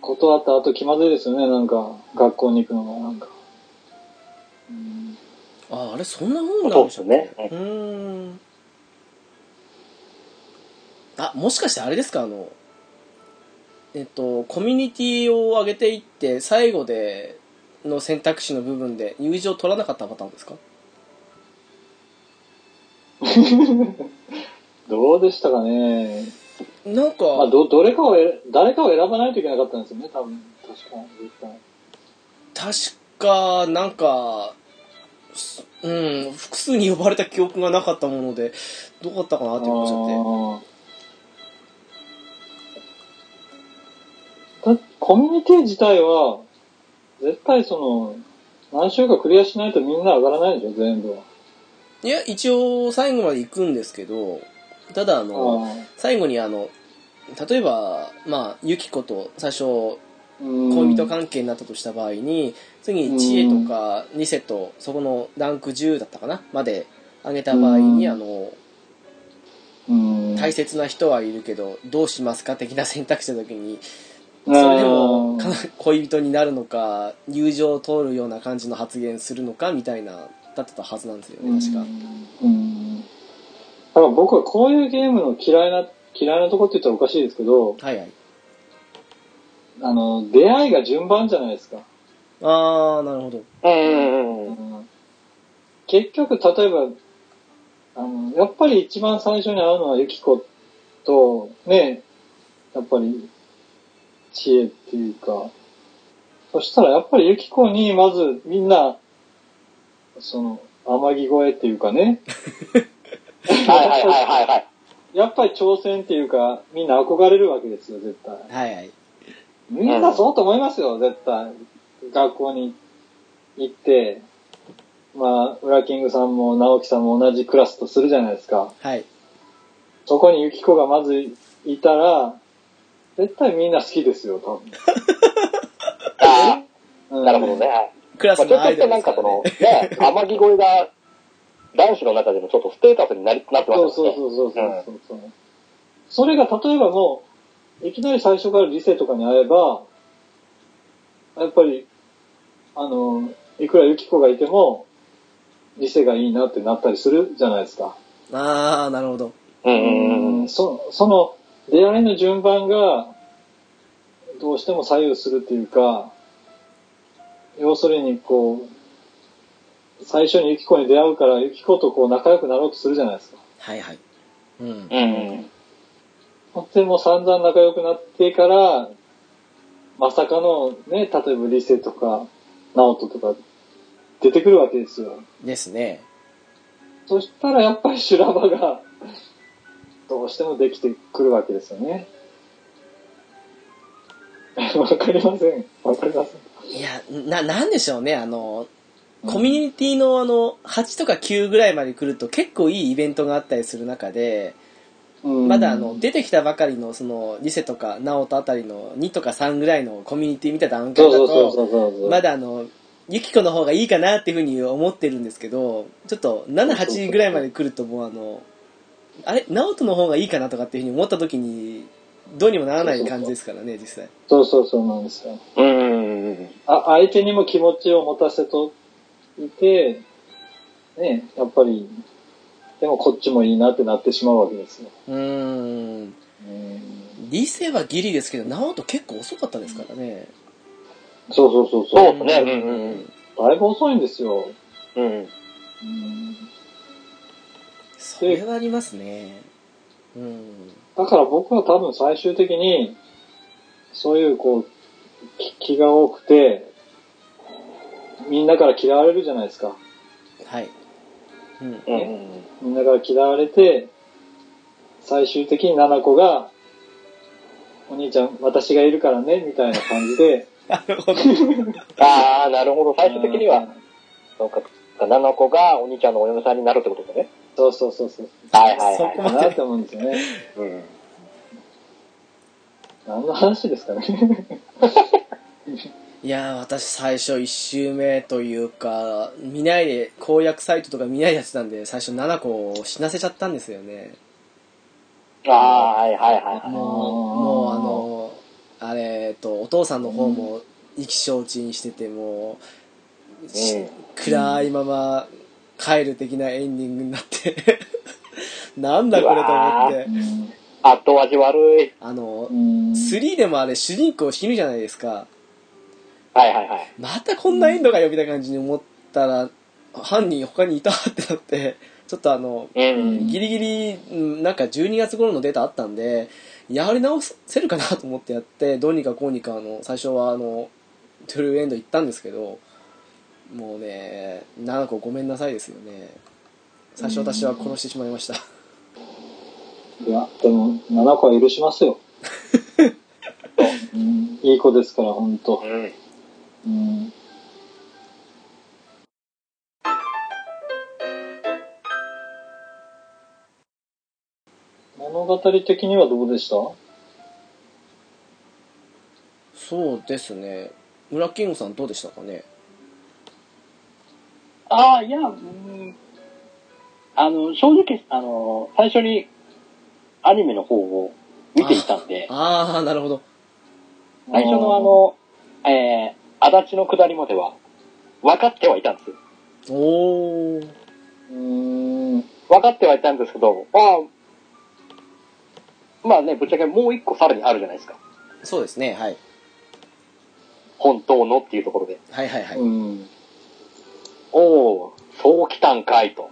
Speaker 2: 断った後気まずいですよね、なんか、学校に行くのが、なんか。うん、
Speaker 1: あー、あれそんなもんなんでしたっけ
Speaker 3: そうですね
Speaker 1: うーん。あ、もしかしてあれですかあの、えっと、コミュニティを上げていって、最後で、の選択肢の部分で友情取らなかったパターンですか
Speaker 2: どうでしたかね。
Speaker 1: なんか、
Speaker 2: まあ、ど、どれかをえ、誰かを選ばないといけなかったんですよね、多分。確か絶対
Speaker 1: 確か、なんか、すうん、複数に呼ばれた記憶がなかったもので、どうだったかなって思っちゃっ
Speaker 2: だコミュニティ自体は、絶対その、何週かクリアしないとみんな上がらないでしょ、全部は。
Speaker 1: て。いや、一応、最後まで行くんですけど、ただ、あの、最後に、あの、例えば、まあ、ゆき子と最初、
Speaker 2: 恋
Speaker 1: 恋人関係になったとした場合に、次に知恵とか、ニセと、そこのランク10だったかなまで上げた場合に、
Speaker 2: うん
Speaker 1: あの、
Speaker 2: うん。
Speaker 1: 大切な人はいるけど、どうしますか的な選択肢の時に、
Speaker 2: そ
Speaker 1: それでもかな恋人になるのか友情を通るような感じの発言するのかみたいなだってたはずなんですよね確か、
Speaker 2: うん。だから僕はこういうゲームの嫌いな、嫌いなとこって言ったらおかしいですけど、
Speaker 1: はいはい
Speaker 2: あの、出会いが順番じゃないですか。
Speaker 1: ああなるほど
Speaker 3: うんうん
Speaker 2: 結局、例えば、あの、やっぱり一番最初に会うのはユキコと、ね、やっぱり、知恵っていうか、そしたらやっぱりユキコにまずみんな、その、天城越えっていうかね、
Speaker 3: はいはいはいはいはい。
Speaker 2: やっぱり挑戦っていうか、みんな憧れるわけですよ、絶対。
Speaker 1: はいはい
Speaker 2: みんなそうと思いますよ、絶対。学校に行って、まあ、ウラキングさんも直樹さんも同じクラスとするじゃないですか。
Speaker 1: はい
Speaker 2: そこにユキコがまずいたら、絶対みんな好きですよ、多
Speaker 3: あ
Speaker 2: 分。う
Speaker 3: あ、
Speaker 2: ん
Speaker 3: なるほどね。。はい
Speaker 1: クラ
Speaker 3: ま
Speaker 1: ス
Speaker 3: あ、ちょ
Speaker 1: のア
Speaker 3: っ
Speaker 1: イドル
Speaker 3: と
Speaker 1: で
Speaker 3: なん
Speaker 1: すか
Speaker 3: からその
Speaker 1: ね、
Speaker 3: ね、天城越えが、男子の中でもちょっとステータスになりなってま
Speaker 2: そう
Speaker 3: す
Speaker 2: そう
Speaker 3: ね。
Speaker 2: そうそうそうそう、それが例えばもう、いきなり最初から理性とかに会えば、やっぱり、あの、いくらユキコがいても、理性がいいなってなったりするじゃないですか。
Speaker 1: ああなるほど
Speaker 3: うんうんうん。
Speaker 2: そその出会いの順番がどうしても左右するっていうか要するにこう最初にユキコに出会うからユキコとこう仲良くなろうとするじゃないですか。
Speaker 1: はいはいうん
Speaker 3: うんうん。
Speaker 2: でもう散々仲良くなってからまさかのね例えばリセとか直人とか出てくるわけですよ。
Speaker 1: ですね
Speaker 2: そしたらやっぱり修羅場がどうしてもできてくるわけですよね。 わかりません。わかりません。
Speaker 1: いやななんでしょうねあの
Speaker 2: うん
Speaker 1: コミュニティのあの8とか9ぐらいまで来ると結構いいイベントがあったりする中で
Speaker 2: うん
Speaker 1: まだあの、出てきたばかりのそのリセとかナオトあたりの2とか3ぐらいのコミュニティ見た段階
Speaker 2: そう
Speaker 1: だ
Speaker 2: そうそう
Speaker 1: と
Speaker 2: そうそう。
Speaker 1: まだあのユキコの方がいいかなっていうふうに思ってるんですけど、ちょっと7、8ぐらいまで来るともうあの、あれ、ナオトの方がいいかなとかっていうふうに思った時に、どうにもならない感じですからね、実際。
Speaker 2: そうそうそうなんですよ。
Speaker 3: うん。
Speaker 2: あ、相手にも気持ちを持たせといて、ね、やっぱり、でもこっちもいいなってなってしまうわけですよ。
Speaker 1: うーん。
Speaker 2: うん
Speaker 1: 理性はギリですけど、ナオト結構遅かったですからね。
Speaker 2: そうそうそう
Speaker 3: そ
Speaker 2: そうう。
Speaker 3: ですね。うんうん
Speaker 2: だいぶ遅いんですよ。
Speaker 3: うん。うん。
Speaker 2: うん
Speaker 1: それはありますね。うん。
Speaker 2: だから僕は多分最終的に、そういうこう、気気が多くて、みんなから嫌われるじゃないですか。
Speaker 1: はい。うん。
Speaker 3: うんうん
Speaker 2: みんなから嫌われて、最終的に七子が、お兄ちゃん、私がいるからね、みたいな感じで。
Speaker 1: なるほど。
Speaker 3: ああ、なるほ ど。最終的に
Speaker 2: う
Speaker 3: は、
Speaker 2: ん
Speaker 3: そうか、七の子がお兄ちゃんのお嫁さんになるってことですね。
Speaker 2: そうそうそうそう。
Speaker 3: はいはい
Speaker 1: そ
Speaker 3: はい
Speaker 1: こ。
Speaker 2: かなって思うんですよね。
Speaker 3: うん
Speaker 2: 何の話です かね。
Speaker 1: いやー、私最初1周目というか、見ないで、公約サイトとか見ないやつなんで、最初7個を死なせちゃったんですよね。
Speaker 3: ああ、はいはいはい
Speaker 1: も
Speaker 3: は
Speaker 1: うも
Speaker 3: い。、
Speaker 1: うあの、あれ、えっと、お父さんの方も意気消沈してて、もう、し
Speaker 3: うん
Speaker 1: 暗いまま帰る的なエンディングになって、 なんだこれと思って、
Speaker 3: 後味悪い。
Speaker 1: あの、
Speaker 2: うん
Speaker 1: 3でもあれ主人公死ぬじゃないですか。
Speaker 3: はいはいはい。
Speaker 1: またこんなエンドがよみたいな感じに思ったら、犯人他にいたってなって、ちょっとあの、
Speaker 3: うん。
Speaker 1: ギリギリ、うんなんか12月頃のデータあったんで、やり直せるかなと思ってやって、どうにかこうにか、あの、最初はあの、トゥルーエンド行ったんですけど、もうね、7個ごめんなさいですよね。最初私は殺してしまいました。
Speaker 2: いや、でも、七子は許しますよ。うんいい子ですから、ほんと。
Speaker 3: うん。
Speaker 2: うん物語的にはどうでした
Speaker 1: そうですね。村キングさんどうでしたかね
Speaker 3: ああ、いや、うん。あの、正直、あの、最初にアニメの方を見ていたんで、
Speaker 1: あー、なるほど。
Speaker 3: 最初のあの、えー、足立の下りまでは、分かってはいたんですよ。
Speaker 1: おー。
Speaker 2: あの、うーん、
Speaker 3: 分かってはいたんですけど、まあ、まあね、ぶっちゃけもう一個さらにあるじゃないですか。
Speaker 1: そうですね、はい。
Speaker 3: 本当のっていうところで。
Speaker 1: はいはいはい。
Speaker 2: うん、
Speaker 3: おお、そう来たんかいと。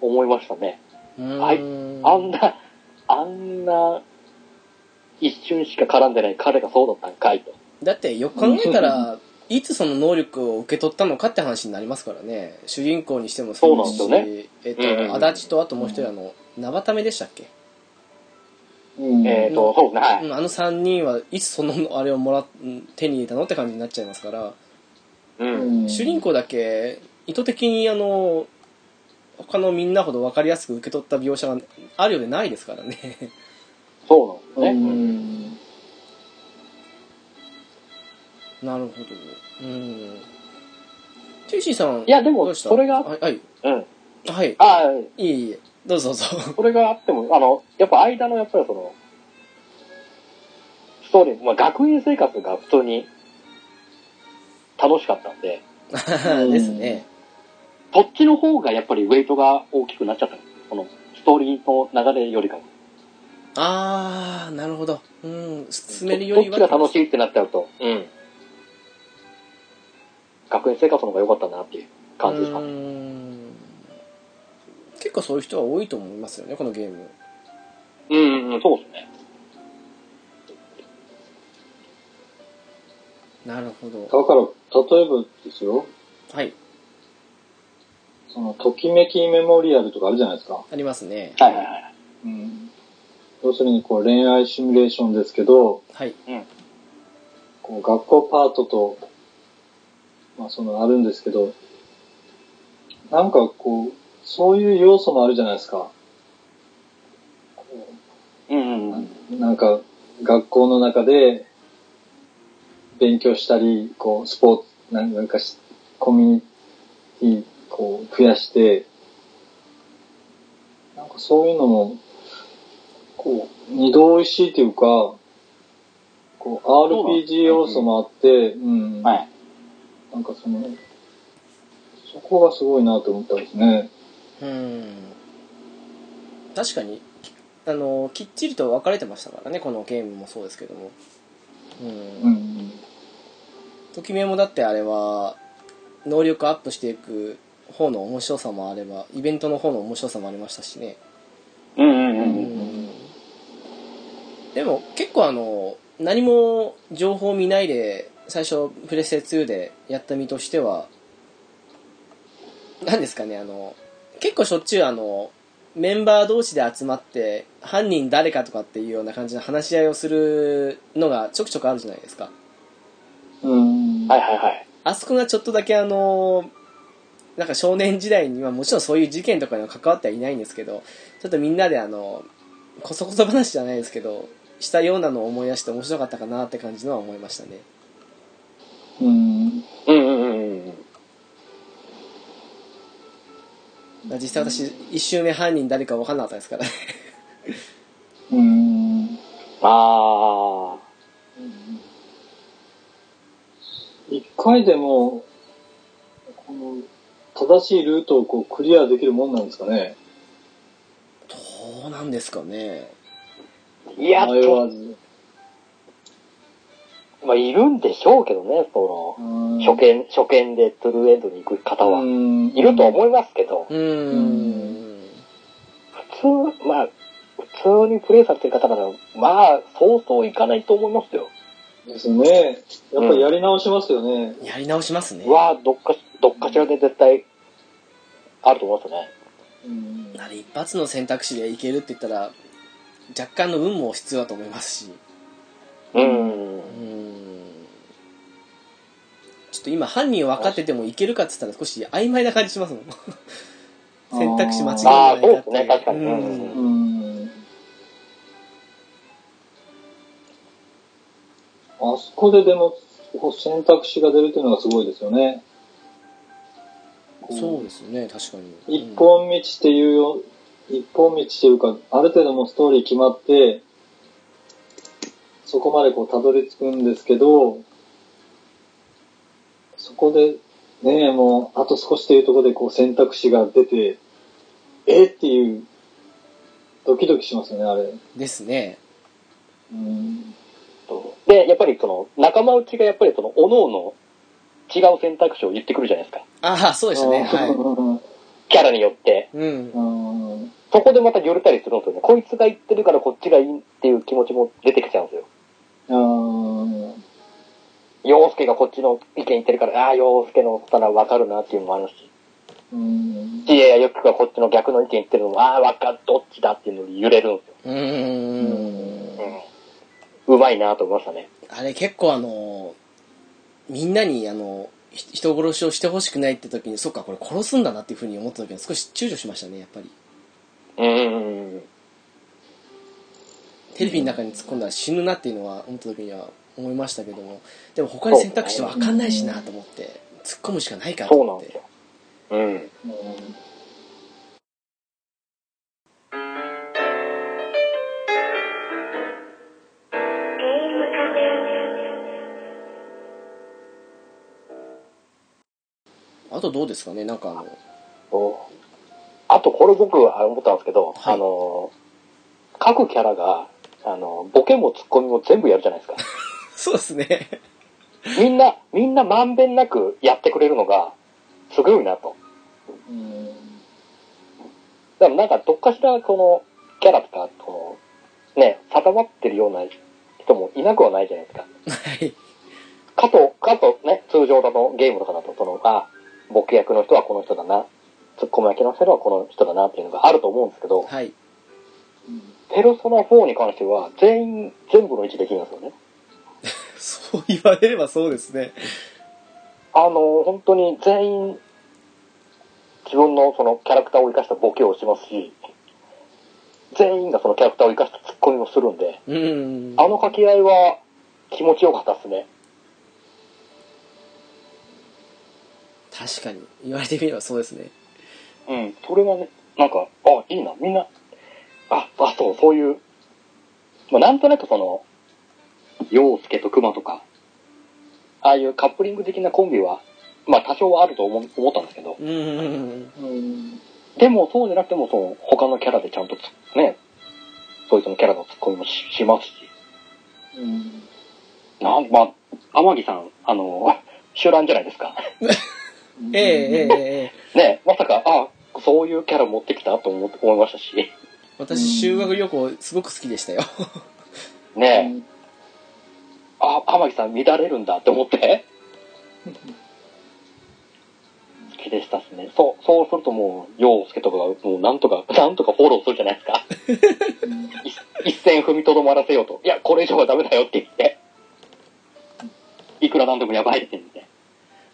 Speaker 3: 思いましたね。はいあん
Speaker 1: な。
Speaker 3: な、あんな、一瞬しか絡んでない彼がそうだったんかいと。
Speaker 1: だってよく考えたら、いつその能力を受け取ったのかって話になりますからね。主人公にしてもそうですし、
Speaker 3: そうなんで
Speaker 1: えっ、
Speaker 3: うん
Speaker 1: と、足立とあともう一人あの、生ためでしたっけ、
Speaker 2: うん、
Speaker 3: えっ、ー、と、そうね、は
Speaker 1: う
Speaker 3: い。
Speaker 1: ん、あの三人はいつその、あれをもらっ、手に入れたのって感じになっちゃいますから、
Speaker 3: うん。
Speaker 1: 主人公だけ意図的にあの、他のみんなほど分かりやすく受け取った描写があるようでないですから ね。
Speaker 3: そう
Speaker 2: う
Speaker 3: なんですね。
Speaker 2: ん、
Speaker 1: なるほど。うん。チェイシーさん、
Speaker 3: いやでも
Speaker 1: どうした
Speaker 3: それが
Speaker 1: はい、はい。
Speaker 3: うん。
Speaker 1: はい。
Speaker 3: ああ、
Speaker 1: いえいえ。どうぞどうぞ。
Speaker 3: それがあっても、あの、やっぱ間のやっぱりその、ストーリー、まあ学園生活が普通に楽しかったんで、
Speaker 2: うん
Speaker 1: ですね。
Speaker 3: そっちの方がやっぱりウェイトが大きくなっちゃったのこのストーリーの流れよりかも。
Speaker 1: あー、なるほど。うん。進めるよ
Speaker 3: どっ
Speaker 1: り
Speaker 3: ち
Speaker 1: は。
Speaker 3: が楽しいってなっちゃうと、うん。学園生活の方が良かったなっていう感じですか
Speaker 1: う
Speaker 3: ね。
Speaker 1: ん結構そういう人は多いと思いますよね、このゲーム。
Speaker 3: うん、うん、そうですね。
Speaker 1: なるほ
Speaker 2: だ
Speaker 1: ど。
Speaker 2: から、例えばですよ、
Speaker 1: はい。
Speaker 2: その、ときめきメモリアルとかあるじゃないですか。
Speaker 1: ありますね。
Speaker 3: はいはいはい。
Speaker 2: うん、要するにこう恋愛シミュレーションですけど、
Speaker 1: はい。
Speaker 2: こう学校パートと、まあそのあるんですけど、なんかこう、そういう要素もあるじゃないですか。こ
Speaker 3: うん、うんうん。
Speaker 2: うなんか、学校の中で、勉強したり、こう、スポーツ、なんなんかし、コミュニティ、こう、増やして、なんかそういうのも、こう、二度美味しいというか、こう、
Speaker 3: うなんです
Speaker 2: RPG 要素もあって、うん。
Speaker 3: はい。
Speaker 2: なんかその、そこがすごいなと思ったですね。
Speaker 1: うん確かにきあのきっちりと分かれてましたからねこのゲームもそうですけどもうん、
Speaker 2: うん。
Speaker 1: ときめもだってあれは能力アップしていく方の面白さもあればイベントの方の面白さもありましたしね
Speaker 3: うんうんう。
Speaker 1: うんんでも結構あの何も情報見ないで最初プレステ2でやった身としては何ですかねあの結構しょっちゅうあのメンバー同士で集まって犯人誰かとかっていうような感じの話し合いをするのがちょくちょくあるじゃないですか
Speaker 2: うん。
Speaker 3: はいはいはい。
Speaker 1: あそこがちょっとだけあのなんか少年時代にはもちろんそういう事件とかには関わってはいないんですけどちょっとみんなであのこそこそ話じゃないですけどしたようなのを思い出して面白かったかなって感じのは思いましたね
Speaker 2: うん。
Speaker 3: うんうんうんうん。
Speaker 1: まあ実際私一周目犯人誰か分かんなかったですからね
Speaker 2: うん。
Speaker 3: あ
Speaker 2: 一回でも、この、正しいルートをこうクリアできるもんなんですかね
Speaker 1: どうなんですかね
Speaker 3: あ。いや、
Speaker 2: 迷わ
Speaker 3: と、
Speaker 2: ず。
Speaker 3: まあ、いるんでしょうけどね、その、初
Speaker 2: 初
Speaker 3: 見、初見でトゥルーエンドに行く方は。
Speaker 2: はい
Speaker 3: るとは思いますけど、
Speaker 1: うーん
Speaker 3: 普通、まあ、普通にプレイされてる方なら、まあ、そうそういかないと思いますよ。
Speaker 2: うん。ですね。やっぱりやり直しますよね。
Speaker 1: やり直しますね
Speaker 3: は、どっかし、どっかしらで絶対、あると思いますね。
Speaker 2: うん。
Speaker 1: あれ一発の選択肢でいけるって言ったら若干の運も必要だと思いますし
Speaker 3: うん。
Speaker 1: うーんちょっと今犯人分かっててもいけるかっつったら少し曖昧な感じしますもん選択肢間違え
Speaker 3: ああ、
Speaker 1: な
Speaker 3: そう
Speaker 1: いな
Speaker 3: で
Speaker 1: っ
Speaker 3: す
Speaker 1: て
Speaker 3: ね、確かに。う
Speaker 1: うん
Speaker 3: ん
Speaker 2: う。ん。あそこででも、こう選択肢が出るというのがすごいですよね。
Speaker 1: そうですね確かに
Speaker 2: 一本道っていうよ、一本道っていうか、ある程度もうストーリー決まって、そこまでこうたどり着くんですけど、そこで、ねえ、もう、あと少しというところでこう選択肢が出て、えっていう、ドキドキしますよね、あれ。
Speaker 1: うんですね
Speaker 2: うん。
Speaker 3: で、やっぱりその、仲間内がやっぱりその、各々違う選択肢を言ってくるじゃないですか。
Speaker 1: ああそうでしたねはい
Speaker 2: い。
Speaker 3: キャラによって。
Speaker 1: うん
Speaker 2: うん。
Speaker 3: そこでまた寄れたりするんですよね。こいつが言ってるからこっちがいいっていう気持ちも出てきちゃうんですよ。
Speaker 2: うん。
Speaker 3: 洋介がこっちの意見言ってるから、ああ、洋介のことならわかるなっていうのもあるし、
Speaker 2: うん。
Speaker 3: 知恵やよくがこっちの逆の意見言ってるのも、ああ、わかる、どっちだっていうのに揺れるんですよ。
Speaker 1: うーん
Speaker 3: うん。うまいなと思いましたね。
Speaker 1: あれ結構あのみんなにあのひ人殺しをしてほしくないって時にそっかこれ殺すんだなっていうふうに思った時に少し躊躇しましたねやっぱり
Speaker 3: うん。
Speaker 1: テレビの中に突っ込んだら死ぬなっていうのは思った時には思いましたけどもでも他に選択肢分かんないしなと思って突っ込むしかないかと
Speaker 3: そうな
Speaker 1: 思
Speaker 3: ん
Speaker 1: っ
Speaker 3: です
Speaker 1: て
Speaker 3: よ。うん。
Speaker 1: あとどうですかねなんかあの
Speaker 3: そうあと、これ僕は思ったんですけど、
Speaker 1: はい
Speaker 3: あの、各キャラが、あの、ボケもツッコミも全部やるじゃな いですか。
Speaker 1: そうですね
Speaker 3: みんな、みんなまんべんなくやってくれるのが、すごいなと。でもなんか、どっかしら、この、キャラとか、この、ね、定まってるような人もいなくはないじゃないですか。
Speaker 1: はい
Speaker 3: かと、かとね、通常のゲームとかだと、その、あ、ボケ役の人はこの人だな、ツッコミ役の人はこの人だなっていうのがあると思うんですけど、
Speaker 1: はい
Speaker 3: ペルソナ4に関しては、全員、全部の位置できるんですよね。
Speaker 1: そう言われればそうですね
Speaker 3: あの、本当に全員、自分のそのキャラクターを生かしたボケをしますし、全員がそのキャラクターを生かしたツッコミをするんで、
Speaker 1: うん
Speaker 3: あの掛け合いは気持ちよかったですね。
Speaker 1: 確かに。言われてみればそうですね。
Speaker 3: うん、それがね、なんか、あ、いいな、みんな、あ、あ、そう、そういう、まあ、なんとなくその、陽介と熊とか、ああいうカップリング的なコンビは、まあ多少はあると思う思ったんですけど、
Speaker 1: うんうんうんうん。
Speaker 2: うん。
Speaker 3: でもそうじゃなくても、その、他のキャラでちゃんとつ、ね、そいつのキャラのツッコミもししますし、
Speaker 2: うん。
Speaker 3: なん、まあ、天城さん、あの、 集団じゃないですか。
Speaker 1: ええええええええ。
Speaker 3: ね、まさか、あ、そういうキャラ持ってきたと思思いましたし、
Speaker 1: 私、修学旅行すごく好きでしたよ。
Speaker 3: ね、あ、天城さん乱れるんだって思って。 好きでしたっすね。そう、そうするともう、陽介とかが、もうなんとか、なんとかフォローするじゃないですか。い一線踏みとどまらせようと。いや、これ以上はダメだよって言って。いくらなんでもやばいって言って。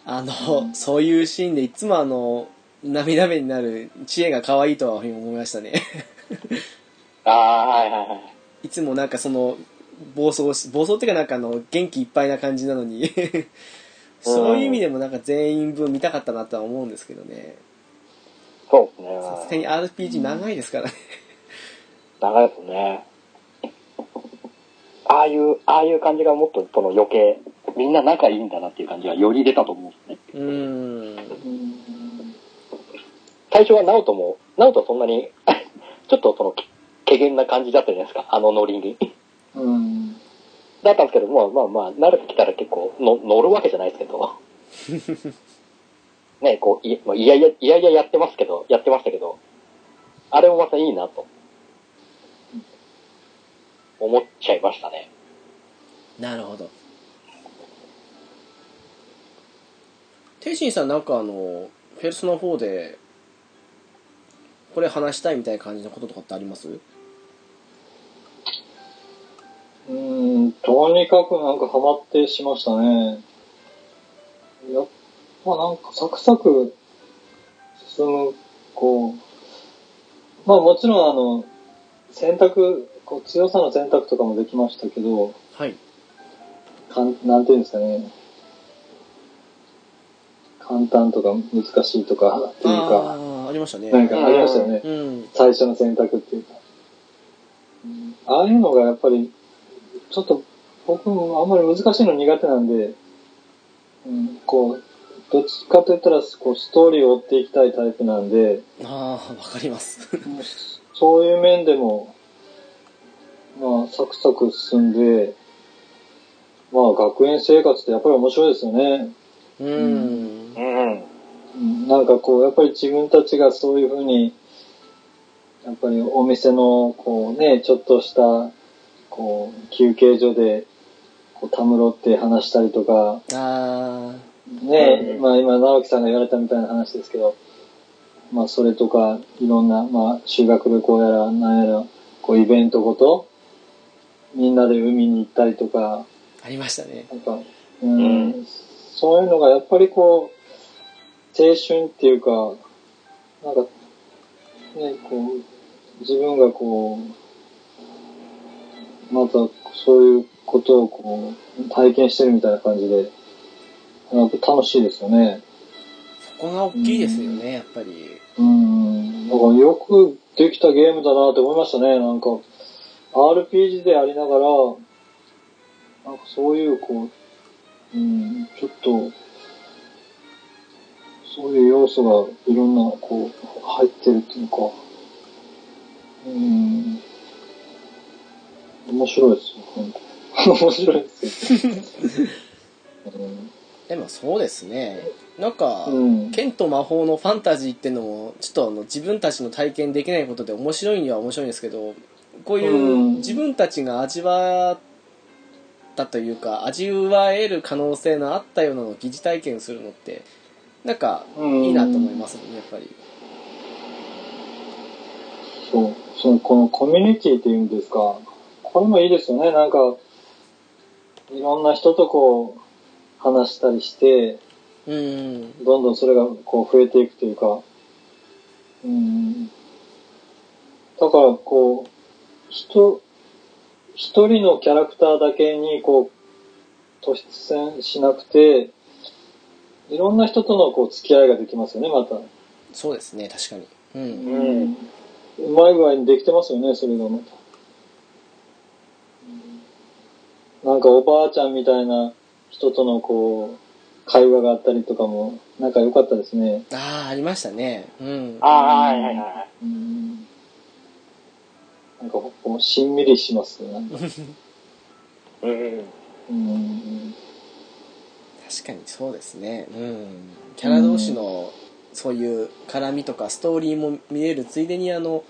Speaker 1: あの、そういうシーンでいつもあの、涙目になる知恵が可愛いとは思いましたね。
Speaker 3: ああ、はいはいはい。
Speaker 1: いつもなんかその、暴走し、暴走っていうかなんかあの、元気いっぱいな感じなのに、 そういう意味でもなんか全員分見たかったなとは思うんですけどね。
Speaker 3: そうです
Speaker 1: さすが
Speaker 3: ね。
Speaker 1: に RPG 長いですからね。
Speaker 3: 長いですね。ああいう、ああいう感じがもっと、その余計、みんな仲いいんだなっていう感じがより出たと思うんですね。
Speaker 1: うーん。
Speaker 3: 最初はナオトも、ナオトはそんなに、 ちょっとその、けけげんな感じだったじゃないですか、あのノリに。
Speaker 2: うん。
Speaker 3: だったんですけど、まあまあまあ、慣れてきたら結構の、乗るわけじゃないですけど。ね、こう、い,、まあ、いやいや、いやいややってますけど、やってましたけど、あれもまたいいなと、思っちゃいましたね。
Speaker 1: なるほど。天心さんなんかあの、ペルソナ4で、これ話したいみたいな感じのこととかってあります
Speaker 2: うん、とにかくなんかハマってしましたね。やっぱなんかサクサク進む、こう、まあもちろんあの、選択、こう強さの選択とかもできましたけど、
Speaker 1: はい。
Speaker 2: かんなんていうんですかね。簡単とか難しいとかっていう
Speaker 1: あ
Speaker 2: か、
Speaker 1: あ、ありましたね。
Speaker 2: なんかありましたよね。
Speaker 1: うん。
Speaker 2: 最初の選択っていうか。うんああいうのがやっぱり、ちょっと僕もあんまり難しいの苦手なんで、うん、こう、どっちかと言ったらこうストーリーを追っていきたいタイプなんで、
Speaker 1: ああ、わかります。
Speaker 2: そういう面でも、まあ、サクサク進んで、まあ、学園生活ってやっぱり面白いですよね。
Speaker 1: うん。
Speaker 3: ん。
Speaker 2: うんなんかこう、やっぱり自分たちがそういうふうに、やっぱりお店の、こうね、ちょっとした、こう、休憩所で、こう、たむろって話したりとか、
Speaker 1: あ
Speaker 2: ね、
Speaker 3: うん
Speaker 2: まあ今、直樹さんが言われたみたいな話ですけど、まあそれとか、いろんな、まあ修学旅行やら、なんやら、こう、イベントごと、みんなで海に行ったりとか、
Speaker 1: あ、ありましたね。
Speaker 2: なんか、うん、
Speaker 3: う
Speaker 2: そういうのがやっぱりこう、青春っていうか、なんか、ね、こう、自分がこう、またそういうことをこう、体験してるみたいな感じで、なんか楽しいですよね。
Speaker 1: そこが大きいですよね、やっぱり。
Speaker 2: うん、なんかよくできたゲームだなって思いましたね、なんか。RPG でありながら、なんかそういう、こう、うん、ちょっと、そういう要素がいろんな、こう、入ってるっていうか、うん、面白いですよ、本当面白いで すよ。
Speaker 1: でもそうですね。なんか、
Speaker 2: うん
Speaker 1: 剣と魔法のファンタジーってのも、ちょっとあの自分たちの体験できないことで面白いには面白いんですけど、こういう
Speaker 2: うん
Speaker 1: 自分たちが味わったというか、味わえる可能性のあったようなのを疑似体験するのって、なんか、
Speaker 2: うん
Speaker 1: いいなと思いますもんね、やっぱり。
Speaker 2: そう、その、このコミュニティっていうんですか、これもいいですよね、なんか、いろんな人とこう、話したりして、
Speaker 1: うん。
Speaker 2: どんどんそれがこう増えていくというか、うん。だからこう、人、一人のキャラクターだけにこう、突出しなくて、いろんな人とのこう付き合いができますよね、また。
Speaker 1: そうですね、確かに。うん。
Speaker 2: うん。うまい具合にできてますよね、それがまた。なんかおばあちゃんみたいな人とのこう、会話があったりとかも、なんか良かったですね。
Speaker 1: ああ、ありましたね。うん。
Speaker 3: ああ、はいはいはいはい。
Speaker 2: うん。なんかこう、しんみりしますよね。
Speaker 3: うん。
Speaker 2: うん。
Speaker 1: 確かにそうですね。うん。キャラ同士の、そういう絡みとかストーリーも見れる、ついでにあの、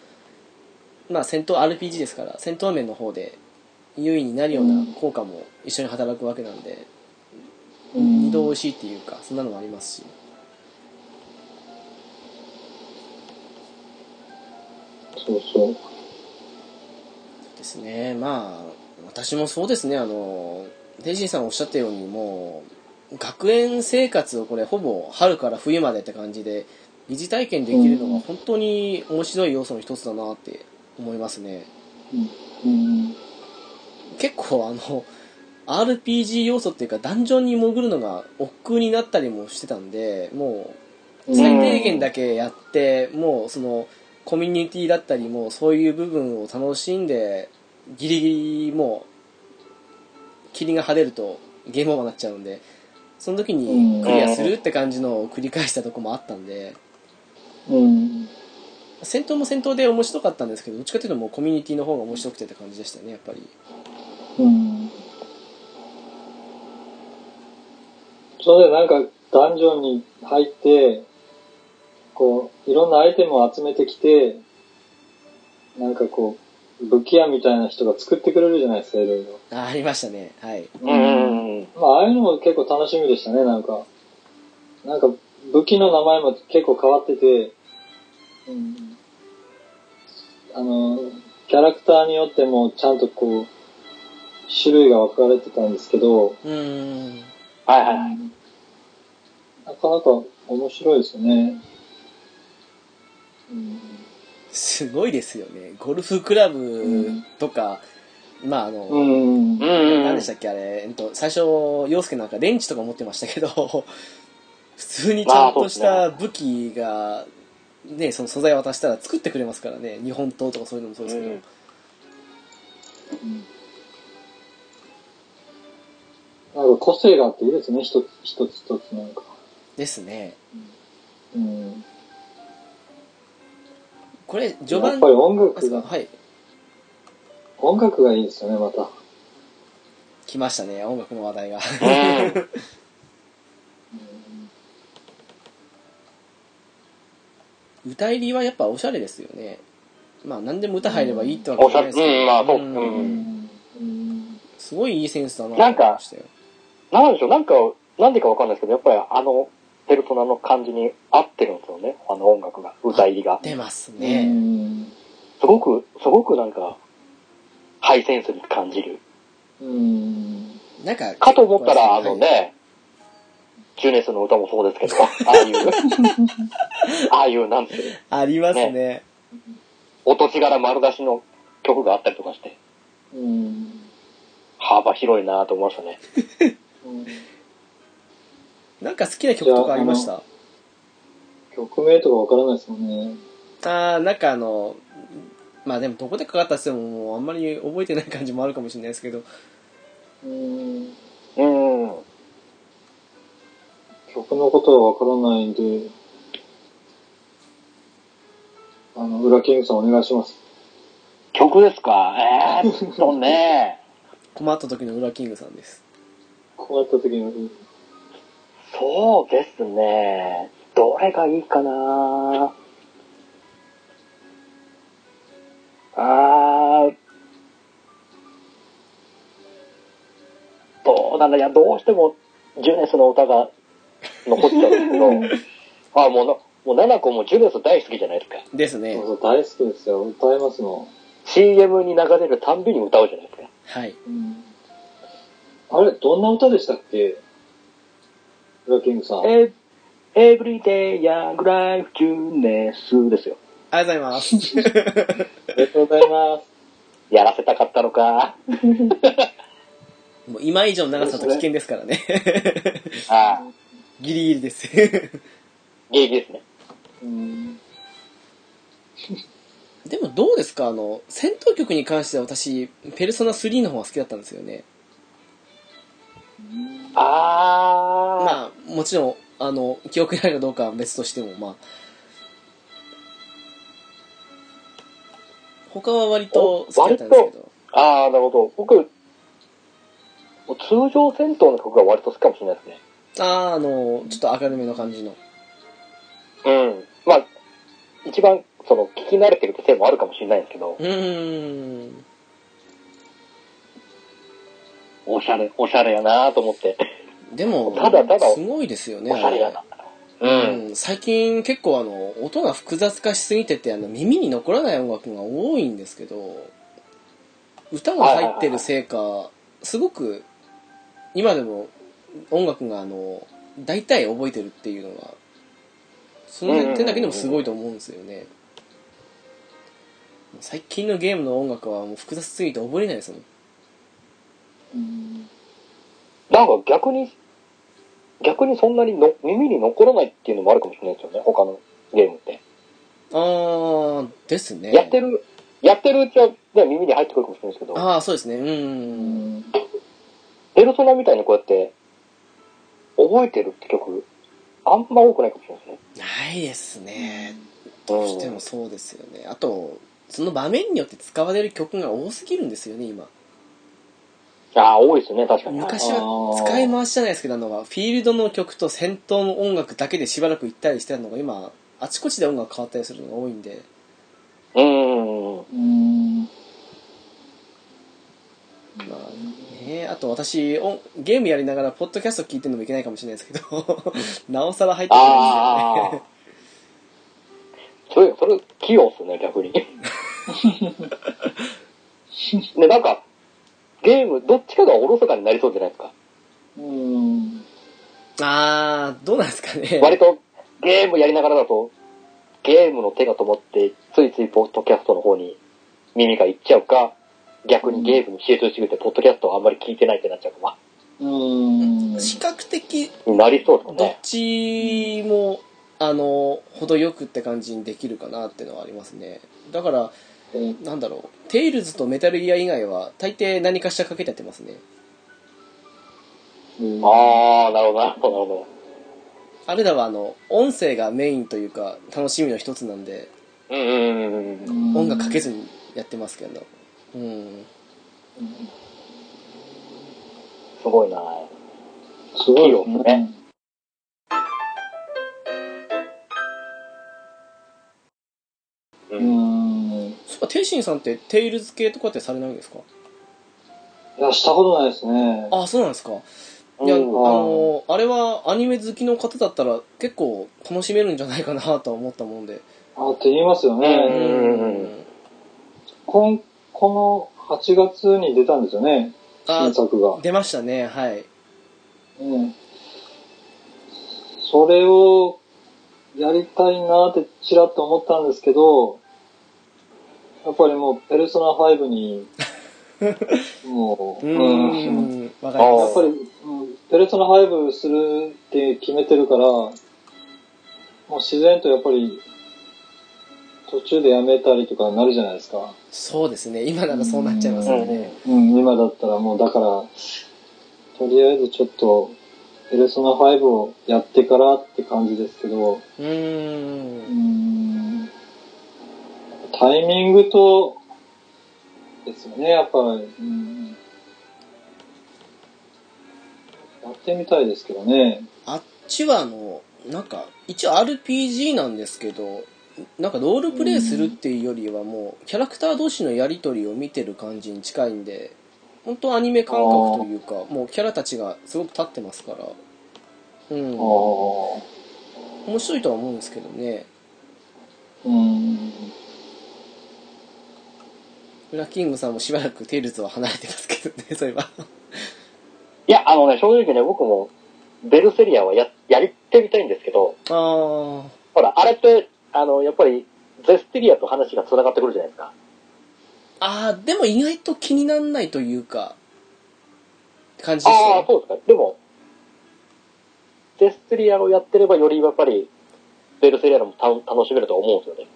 Speaker 1: まあ戦闘 RPG ですから、戦闘面の方で優位になるような効果も一緒に働くわけなんで、
Speaker 2: うん
Speaker 1: 二度美味しいっていうか、そんなのもありますし。
Speaker 2: そうそう。
Speaker 1: ですねまあ私もそうですねあの天心さんおっしゃったようにもう学園生活をこれほぼ春から冬までって感じで疑似体験できるの
Speaker 2: うん
Speaker 1: が本当に面白い要素の一つだなって思いますね
Speaker 2: うん。
Speaker 1: 結構あの RPG 要素っていうかダンジョンに潜るのが億劫になったりもしてたんでもう最低限だけやってもうそのコミュニティだったりもうそういう部分を楽しんでギリギリもう霧が晴れるとゲームオーバーになっちゃうんでその時にクリアするって感じのを繰り返したとこもあったんで
Speaker 2: うん。
Speaker 1: 戦闘も戦闘で面白かったんですけどどっちかというともうコミュニティの方が面白くてって感じでしたねやっぱり
Speaker 2: うん。それでなんかダンジョンに入って、こう、いろんなアイテムを集めてきて、なんかこう、武器屋みたいな人が作ってくれるじゃないですか、いろいろ。
Speaker 1: あーありましたねはい
Speaker 3: うん。
Speaker 2: まあ、ああいうのも結構楽しみでしたね、なんか。なんか、武器の名前も結構変わってて、うん、あの、キャラクターによってもちゃんとこう、種類が分かれてたんですけど、
Speaker 1: うーん
Speaker 3: はいはいはい。
Speaker 2: なかなか面白いですね。うん。
Speaker 1: すごいですよねゴルフクラブとか、まああの、
Speaker 2: うん。
Speaker 3: うん
Speaker 1: 何でしたっけあれ、えっと、最初陽介なんか電池とか持ってましたけど 普通にちゃんとし
Speaker 3: ま
Speaker 1: た武器が、ね、その素材渡したら作ってくれますからね日本刀とかそういうのもそうですけど、
Speaker 3: うん
Speaker 2: なんか個性があっていいですね、一つ一つ一つなんか。
Speaker 1: ですね
Speaker 2: うん。
Speaker 1: これ序
Speaker 2: やっ
Speaker 1: 盤
Speaker 2: ぱり音
Speaker 1: あそう
Speaker 2: 楽
Speaker 1: か
Speaker 2: が、
Speaker 1: はい
Speaker 2: 音楽がいいですよね、また。
Speaker 1: 来ましたね音楽の話題が
Speaker 3: うん。
Speaker 1: 歌入りはやっぱおしゃれですよねまあ何でも歌入ればいいってわけ
Speaker 3: お
Speaker 1: じ
Speaker 3: し
Speaker 1: ゃ
Speaker 3: ゃ
Speaker 1: ないで
Speaker 3: れ、
Speaker 1: すけど、
Speaker 3: うん、まあそう。う
Speaker 1: うん
Speaker 3: ん。
Speaker 2: うん。
Speaker 1: すごいいいセンスだな
Speaker 3: なんか
Speaker 1: と思いましたよ
Speaker 3: なんでしょう、なんか、なんでかわかんないですけど、やっぱりあの、ペルソナの感じに合ってるんですよね、あの音楽が、歌入りが。
Speaker 1: 出ます
Speaker 2: う
Speaker 1: ね、
Speaker 2: ん
Speaker 3: すごく、すごくなんか、ハイセンスに感じる。
Speaker 2: うん。
Speaker 1: なんか
Speaker 3: かと思ったら、あ
Speaker 1: はい
Speaker 3: のね、ジュネスの歌もそうですけど、ああいう、 ああいう、なんていうの
Speaker 1: ありますね
Speaker 3: 落とし柄丸出しの曲があったりとかして、
Speaker 2: うん。
Speaker 3: 幅広いなと思いましたね。
Speaker 1: なんか好きな曲とかありました
Speaker 2: 曲名とかわからないですもんね。
Speaker 1: あーなんかあのまあでもどこでかかったっすよもうあんまり覚えてない感じもあるかもしれないですけど
Speaker 2: うん。
Speaker 3: うん。
Speaker 2: 曲のことはわからないんで、あの、裏キングさんお願いします。
Speaker 3: 曲ですかえーっとね、
Speaker 1: 困った時のウラキングさんです
Speaker 2: こうやった時に、
Speaker 3: そうですね。どれがいいかなあーどうなんだいや、どうしても、ジュネスの歌が残っちゃうんですけ ど、あ、もうな、もう、ナナコもジュネス大好きじゃないですか。
Speaker 1: ですね
Speaker 2: そうそう大好きですよ。歌えますも
Speaker 3: CM に流れるたんびに歌うじゃないですか。
Speaker 1: はい
Speaker 2: ん。あれ、どんな歌でしたっけ裏キングさん。
Speaker 3: え、エブリデイヤングライフジュネスですよ。
Speaker 1: ありがとうございます
Speaker 2: ありがとうございます。
Speaker 3: やらせたかったのか。
Speaker 1: もう今以上の長さと危険ですからね
Speaker 3: ああ
Speaker 1: ギリギリです。 で
Speaker 3: ギリギリですね。
Speaker 2: うん。
Speaker 1: もどうですかあの、戦闘曲に関しては私、ペルソナ3の方が好きだったんですよね。
Speaker 3: あー。
Speaker 1: まあ、もちろん、あの、記憶にあるかどうかは別としても、まあ。他は割と好きだったんですけど。
Speaker 3: ああ、なるほど。僕、通常戦闘の曲が割と好きかもしれないですね。
Speaker 1: あーあの、ちょっと明るめの感じの。
Speaker 3: うん。まあ、一番、その、聞き慣れてるってせいもあるかもしれないんですけど、
Speaker 1: うーん。
Speaker 3: おしゃれ、おしゃれやなと思って。
Speaker 1: でも、
Speaker 3: ただただ
Speaker 1: すごいですよね。
Speaker 3: おしゃれやなう
Speaker 1: あれ
Speaker 3: ん。
Speaker 1: うん、最近結構あの、音が複雑化しすぎてて、あの、耳に残らない音楽が多いんですけど、歌が入ってるせいか、すごく、今でも音楽があの、大体覚えてるっていうのが、その点だけでもすごいと思うんですよね。最近のゲームの音楽はもう複雑すぎて覚えれないですもん。
Speaker 2: うん
Speaker 3: なんか逆に、逆にそんなにの耳に残らないっていうのもあるかもしれないですよね、他のゲームって。
Speaker 1: あー、ですね。
Speaker 3: やってる、やってるうちは、ね、耳に入ってくるかもしれないですけど、
Speaker 1: あー、そうですね。うん
Speaker 3: ペルソナみたいにこうやって、覚えてるって曲、あんま多くないかもしれないですね。
Speaker 1: ないですね。
Speaker 3: うん
Speaker 1: どうしてもそうですよね。あと、その場面によって使われる曲が多すぎるんですよね、今。
Speaker 3: ああ、多いですね、確かに。
Speaker 1: 昔は使い回しじゃないですけど、あの、フィールドの曲と戦闘の音楽だけでしばらく行ったりしてたのが、今、あちこちで音楽変わったりするのが多いんで、
Speaker 3: うん。
Speaker 2: うん。
Speaker 1: まあね、あと私、音ゲームやりながら、ポッドキャスト聞いてるのもいけないかもしれないですけ ど、なおさら入ってこないですよ
Speaker 3: あ
Speaker 1: ね。
Speaker 3: あ。それ、それ、器用っすね、逆に。ね、なんか、ゲーム、どっちかがおろそかになりそうじゃないですか。
Speaker 2: うん。
Speaker 1: あー、どうなんですかね。
Speaker 3: 割と、ゲームやりながらだと、ゲームの手が止まって、ついついポッドキャストの方に耳がいっちゃうか、逆にゲームに集中してくれて、ポッドキャストをあんまり聞いてないってなっちゃうか、ま
Speaker 2: うん。
Speaker 1: 視覚的
Speaker 3: あ、になりそうです
Speaker 1: どっ
Speaker 3: ね。
Speaker 1: ちも、あの、程よくって感じにできるかなってのはありますね。だから、なんだろう、テイルズとメタルギア以外は、大抵何かしらかけてやってますね。
Speaker 3: ああ、なるほど、なるほど、なるほ
Speaker 1: あれらは、あの、音声がメインというか、楽しみの一つなんで、
Speaker 3: ど。うんうんうんうんうん。
Speaker 1: 音楽かけずにやってますけど。うん。
Speaker 3: すごいな
Speaker 2: すごいよ
Speaker 3: 器用っすね
Speaker 2: ね。
Speaker 3: う
Speaker 2: う。ん。い
Speaker 1: そうか、テイシンさんって、テイルズ系とかってされないんですか
Speaker 2: や、したことないですね。
Speaker 1: あ、そうなんですか。いや、あ
Speaker 3: うん
Speaker 1: の、あれはアニメ好きの方だったら、結構楽しめるんじゃないかなとは思ったもんで。
Speaker 2: あって言いますよ
Speaker 1: う
Speaker 2: ね。
Speaker 1: ん。
Speaker 2: こんこの8月に出たんですよね、
Speaker 1: あ
Speaker 2: 新作が。
Speaker 1: 出ましたね、はい。
Speaker 2: うんそれをやりたいなーってちらっと思ったんですけど、やっぱりもう、ペルソナ5に、もう、
Speaker 1: う
Speaker 2: うん
Speaker 1: ーん、わかりま
Speaker 2: やっぱり、うんペルソナ5するって決めてるから、もう自然とやっぱり、途中でやめたりとかなるじゃないですか。
Speaker 1: す。そうですね、今ならそうなっちゃいますよね。
Speaker 2: うん、今だったらもうだから、とりあえずちょっと、ペルソナ5をやってからって感じですけど、
Speaker 1: うー
Speaker 2: うー
Speaker 1: ん。
Speaker 2: ん、タイミングと、ですよね、やっぱり、うん、やってみたいですけどね。
Speaker 1: あっちはあの、なんか、一応 RPG なんですけど、なんかロールプレイするっていうよりはもう、キャラクター同士のやりとりを見てる感じに近いんで、本当アニメ感覚というか、もうキャラたちがすごく立ってますから、うん。
Speaker 2: あ
Speaker 1: 面
Speaker 2: あ、
Speaker 1: 白いとは思うんですけどね。
Speaker 2: うん、
Speaker 1: ブラッキングさんもしばらくテイルズは離れてますけどね、そういえば。
Speaker 3: いや、あのね、正直ね、僕も、ベルセリアはや、やりてみたいんですけど、
Speaker 1: あー。
Speaker 3: ほら、あれって、あの、やっぱり、ゼステリアと話が繋がってくるじゃないですか。
Speaker 1: ああ、でも意外と気にならないというか、感じです
Speaker 3: ああ、
Speaker 1: ね。
Speaker 3: そうですか。でも、デステリアをやってればよりやっぱり、ベルセリアのもた楽しめると思うんですよね。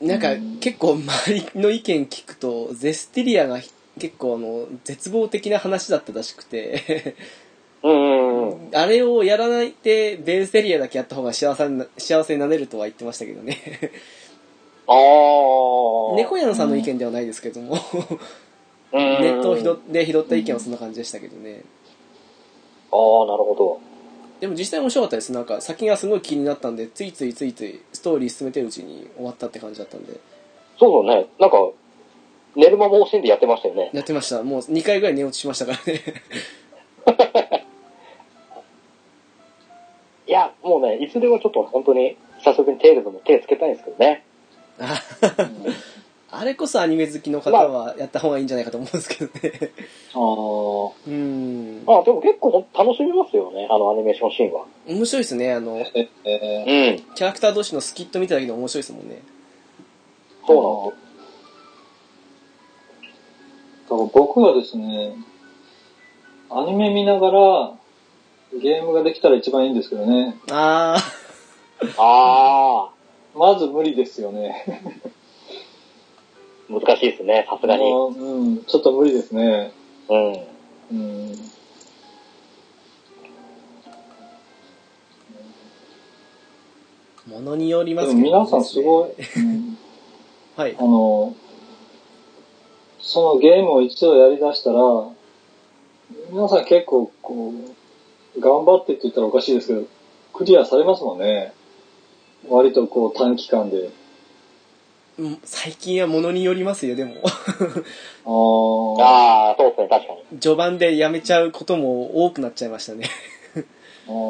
Speaker 1: なんか結構周りの意見聞くとゼスティリアが結構あの絶望的な話だったらしくて
Speaker 3: うんうんうん。
Speaker 1: あれをやらないでベルセリアだけやった方が幸せにな幸せになれるとは言ってましたけどね
Speaker 3: ああ。
Speaker 1: 猫屋のさんの意見ではないですけどもネットを拾っで拾った意見はそんな感じでしたけどね
Speaker 3: ああ、なるほど。
Speaker 1: でも実際面白かったですなんか先がすごい気になったんでついついついついストーリー進めてるうちに終わったって感じだったんで
Speaker 3: そうだね。なんか、寝る間も惜しんでやってましたよね。
Speaker 1: やってましたもう2回ぐらい寝落ちしましたからね
Speaker 3: いや、もうね、いずれはちょっと本当に、早速にテイルズも手つけたいんですけどね。
Speaker 1: あ あれこそアニメ好きの方はやった方がいいんじゃないかと思うんですけど ね
Speaker 2: あー
Speaker 1: うん
Speaker 3: ああ、でも結構楽しめますよね、あのアニメーションシーンは。
Speaker 1: 面白いですねあの
Speaker 2: ええー
Speaker 3: うん。
Speaker 1: キャラクター同士のスキット見ただけで面白いですもんね
Speaker 3: そう
Speaker 2: だから僕はですね、アニメ見ながら、ゲームができたら一番いいんですけどね。
Speaker 1: ああ
Speaker 3: なんです。ああ、
Speaker 2: まず無理ですよね。
Speaker 3: 難しいですね、さす
Speaker 2: あ
Speaker 3: がに。
Speaker 2: のうん、ちょっと無理ですね。
Speaker 3: うん。
Speaker 2: うん。
Speaker 1: ものによりま
Speaker 2: ですも
Speaker 1: けど、
Speaker 2: 皆さんすごい、うん
Speaker 1: はい
Speaker 2: あの、そのゲームを一度やり出したら、皆さん結構こう、頑張ってって言ったらおかしいですけど、クリアされますもんね。割とこう短期間で。
Speaker 1: うん最近はものによりますよでも
Speaker 2: あー
Speaker 3: ああ、そうですね、確かに。
Speaker 1: 序盤でやめちゃうことも多くなっちゃいましたね
Speaker 2: あー
Speaker 3: うんう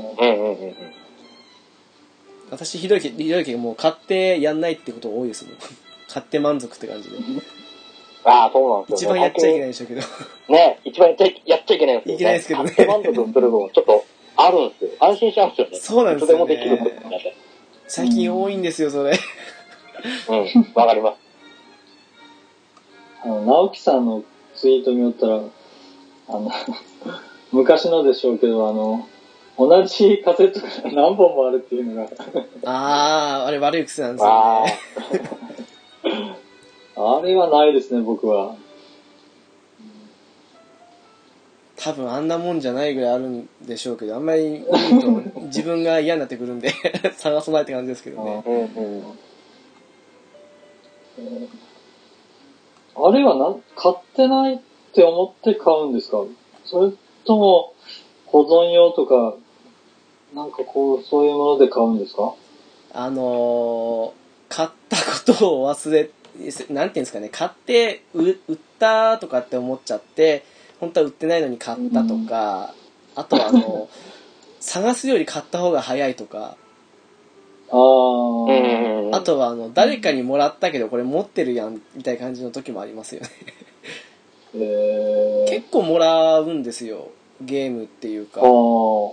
Speaker 3: んうんうん。
Speaker 1: 私ひどいけひどいけどもう買ってやんないってこと多いですもん 買って満足って感じで
Speaker 3: ああ、そうなんです
Speaker 1: 一
Speaker 3: よ、
Speaker 1: 番
Speaker 3: ね。
Speaker 1: やっちゃいけない
Speaker 3: い。
Speaker 1: んでしょうけど
Speaker 3: ね、一番やっちゃいやっちゃいけないんですよ、ね。
Speaker 1: いけないですけどね
Speaker 3: あ満足する分、ちょっと、あるんですよ。安心しちゃうんですよね。
Speaker 1: そうなんですよね
Speaker 3: いつでもできることなんで。
Speaker 1: 最近多いんですよそれ
Speaker 3: うん、わかります。
Speaker 2: あの、直樹さんのツイートによったら、あの、 昔のでしょうけど、あの、同じカセットが何本もあるっていうのが、
Speaker 1: あああれ悪い癖なんですよ
Speaker 3: あ
Speaker 1: ね
Speaker 3: あ、
Speaker 2: あれはないですね、僕は。
Speaker 1: 多分あんなもんじゃないぐらいあるんでしょうけどあんまり見ると自分が嫌になってくるんで 探さないって感じですけどね
Speaker 2: あ
Speaker 3: うんうん。
Speaker 2: あれはなん、買ってないって思って買うんですかそれとも、保存用とか、なんかこう、そういうもので買うんですか
Speaker 1: あのー買ったことを忘れなんていうんですかね買ってう売ったとかって思っちゃって本当は売ってないのに買ったとか、あとはあの探すより買った方が早いとか
Speaker 2: あー。
Speaker 3: うんうんうん
Speaker 1: あ、とはあの誰かにもらったけどこれ持ってるやんみたいな感じの時もありますよね
Speaker 2: えー。
Speaker 1: 結構もらうんですよゲームっていうか
Speaker 2: あー。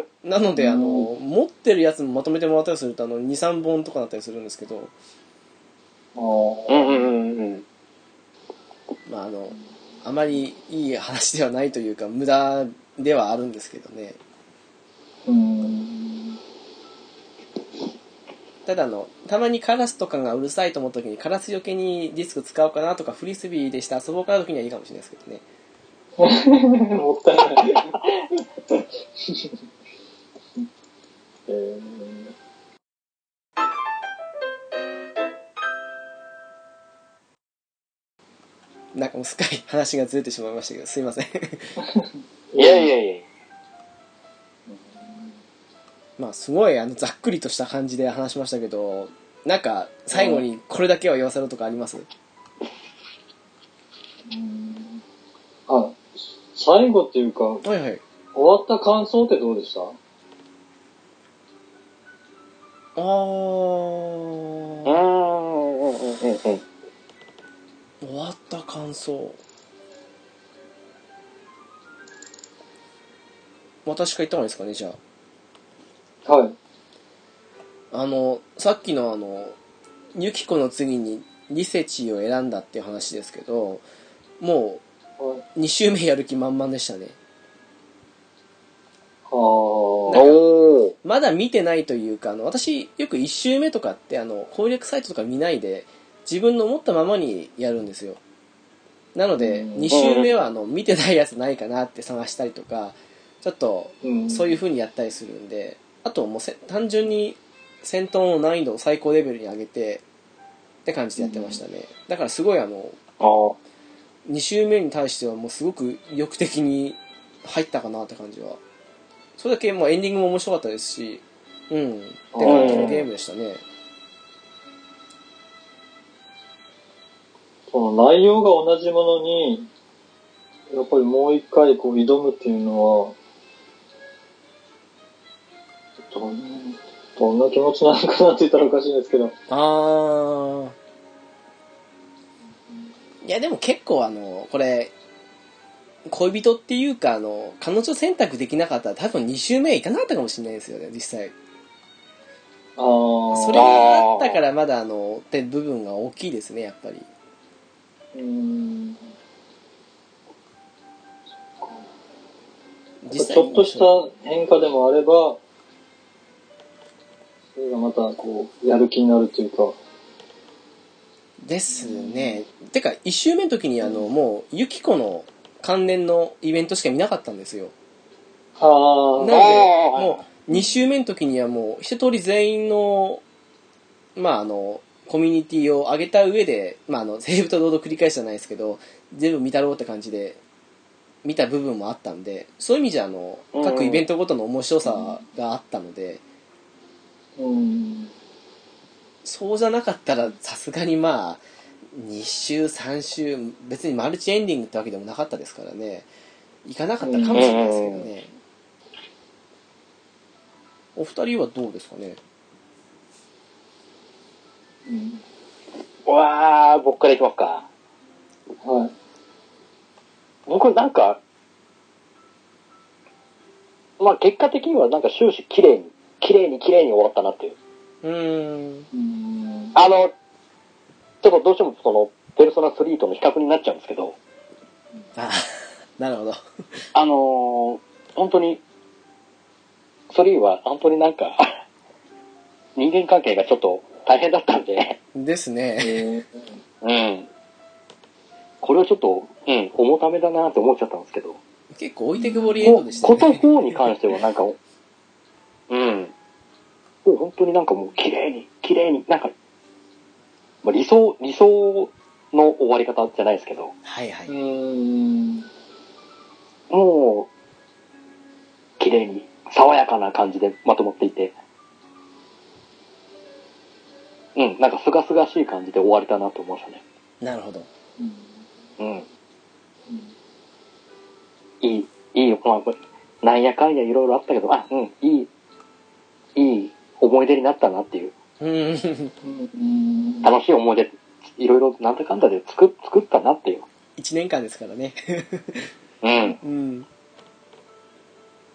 Speaker 3: うー
Speaker 1: なのであの
Speaker 2: う
Speaker 1: 持ってるやつもまとめてもらったりするとあの23本とかだったりするんですけど
Speaker 2: あー
Speaker 3: うんうんうんうん。
Speaker 1: まああのあまりいい話ではないというか無駄ではあるんですけどね
Speaker 2: うん。
Speaker 1: ただあのたまにカラスとかがうるさいと思った時にカラスよけにディスク使おうかなとかフリスビーでして遊ぼうかな時にはいいかもしれないですけどね
Speaker 2: もったいない。えー、
Speaker 1: なんかもうすっかり話がずれてしまいましたけどすいません
Speaker 3: いやいやいや。
Speaker 1: まあすごいあのざっくりとした感じで話しましたけどなんか最後にこれだけは言わせるとかあります、
Speaker 2: うんあ、最後っていうか、
Speaker 1: はいはい
Speaker 2: 終わった感想ってどうでした
Speaker 1: あー
Speaker 3: うーんうんうんうんうん。
Speaker 1: 終わった感想私が言った方がいいですかねじゃ
Speaker 2: はい。
Speaker 1: ああのさっきのあのユキコの次にリセチを選んだっていう話ですけども
Speaker 2: はいう
Speaker 1: 2周目やる気満々でしたね
Speaker 2: あ
Speaker 3: お
Speaker 1: なんか
Speaker 3: ー。
Speaker 1: まだ見てないというか、あの、私、よく1周目とかって、あの、攻略サイトとか見ないで、自分の思ったままにやるんですよ。なので、
Speaker 2: うん
Speaker 1: 2周目は、あの、見てないやつないかなって探したりとか、ちょっと、
Speaker 2: うん
Speaker 1: そういう風にやったりするんで、あともうせ単純に戦闘の難易度を最高レベルに上げて、って感じでやってましたね。だからすごいあの、
Speaker 3: あー
Speaker 1: 2周目に対してはもうすごく意欲的に入ったかなって感じはそれだけもうエンディングも面白かったですしうんって感じのゲームでしたね
Speaker 2: その内容が同じものに、やっぱりもう一回こう挑むっていうのは、どんどんな気持ちなのかなって言ったらおかしいんですけど、
Speaker 1: ああいやでも結構あのこれ恋人っていうかあの彼女選択できなかったら多分2周目はいかなかったかもしれないですよね実際
Speaker 2: あー
Speaker 1: それがあったからまだあのって部分が大きいですねやっぱり
Speaker 2: うーん
Speaker 1: 実際
Speaker 2: ちょっとした変化でもあれば、それがまたこう、やる気になるというか、
Speaker 1: ですね。てか、一周目の時に、あの、もう、ユキコの関連のイベントしか見なかったんですよ。
Speaker 2: あ
Speaker 1: なの
Speaker 2: ー
Speaker 1: で、
Speaker 3: あー
Speaker 1: もう、二周目の時にはもう、一通り全員の、まあ、あの、コミュニティを上げた上で、まあ、あの、 セーブと堂々繰り返しじゃないですけど、全部見たろうって感じで、見た部分もあったんで、そういう意味じゃ、あの、
Speaker 3: うん
Speaker 1: 各イベントごとの面白さがあったので、
Speaker 2: うん。
Speaker 1: そうじゃなかったら、さすがにまあ、2週、3週、別にマルチエンディングってわけでもなかったですからね、行かなかったかもしれないですけどね。お二人はどうですかね
Speaker 2: うん
Speaker 3: うわあ、僕からいきますか。
Speaker 2: はい。
Speaker 3: 僕なんか、まあ結果的にはなんか終始綺麗に、綺麗に綺麗に終わったなっていう。
Speaker 1: うーん。
Speaker 2: うん。
Speaker 3: あの、ちょっとどうしてもその、ペルソナ3との比較になっちゃうんですけど、
Speaker 1: あ、なるほど。
Speaker 3: あのー本当に、3は本当になんか、 人間関係がちょっと大変だったんで、
Speaker 1: ですね。
Speaker 2: え
Speaker 3: うん。これはちょっと、うん、重ためだなって思っちゃったんですけど、
Speaker 1: 結構置いてくぼりエンドでした
Speaker 3: こと
Speaker 1: ね。
Speaker 3: 方に関してはなんか、 うん。もう本当になんかもう綺麗に、綺麗に、なんか、まあ、理想、理想の終わり方じゃないですけど、
Speaker 1: はいはい
Speaker 2: ー、う。ん。
Speaker 3: もう、綺麗に、爽やかな感じでまとまっていて、うん、なんか清々しい感じで終われたなと思いましたね。
Speaker 1: なるほど。
Speaker 3: うん。
Speaker 2: うん
Speaker 3: いい、いいよ、まあこれ、なんやかんやいろいろあったけど、あ、うん、いい、いい思い出になったなっていう、
Speaker 1: うーん。
Speaker 2: うん
Speaker 3: 楽しい思い出、いろいろなんだかんだで作っ、作ったなっていう。
Speaker 1: 1年間ですからね。
Speaker 3: うん。
Speaker 1: うん。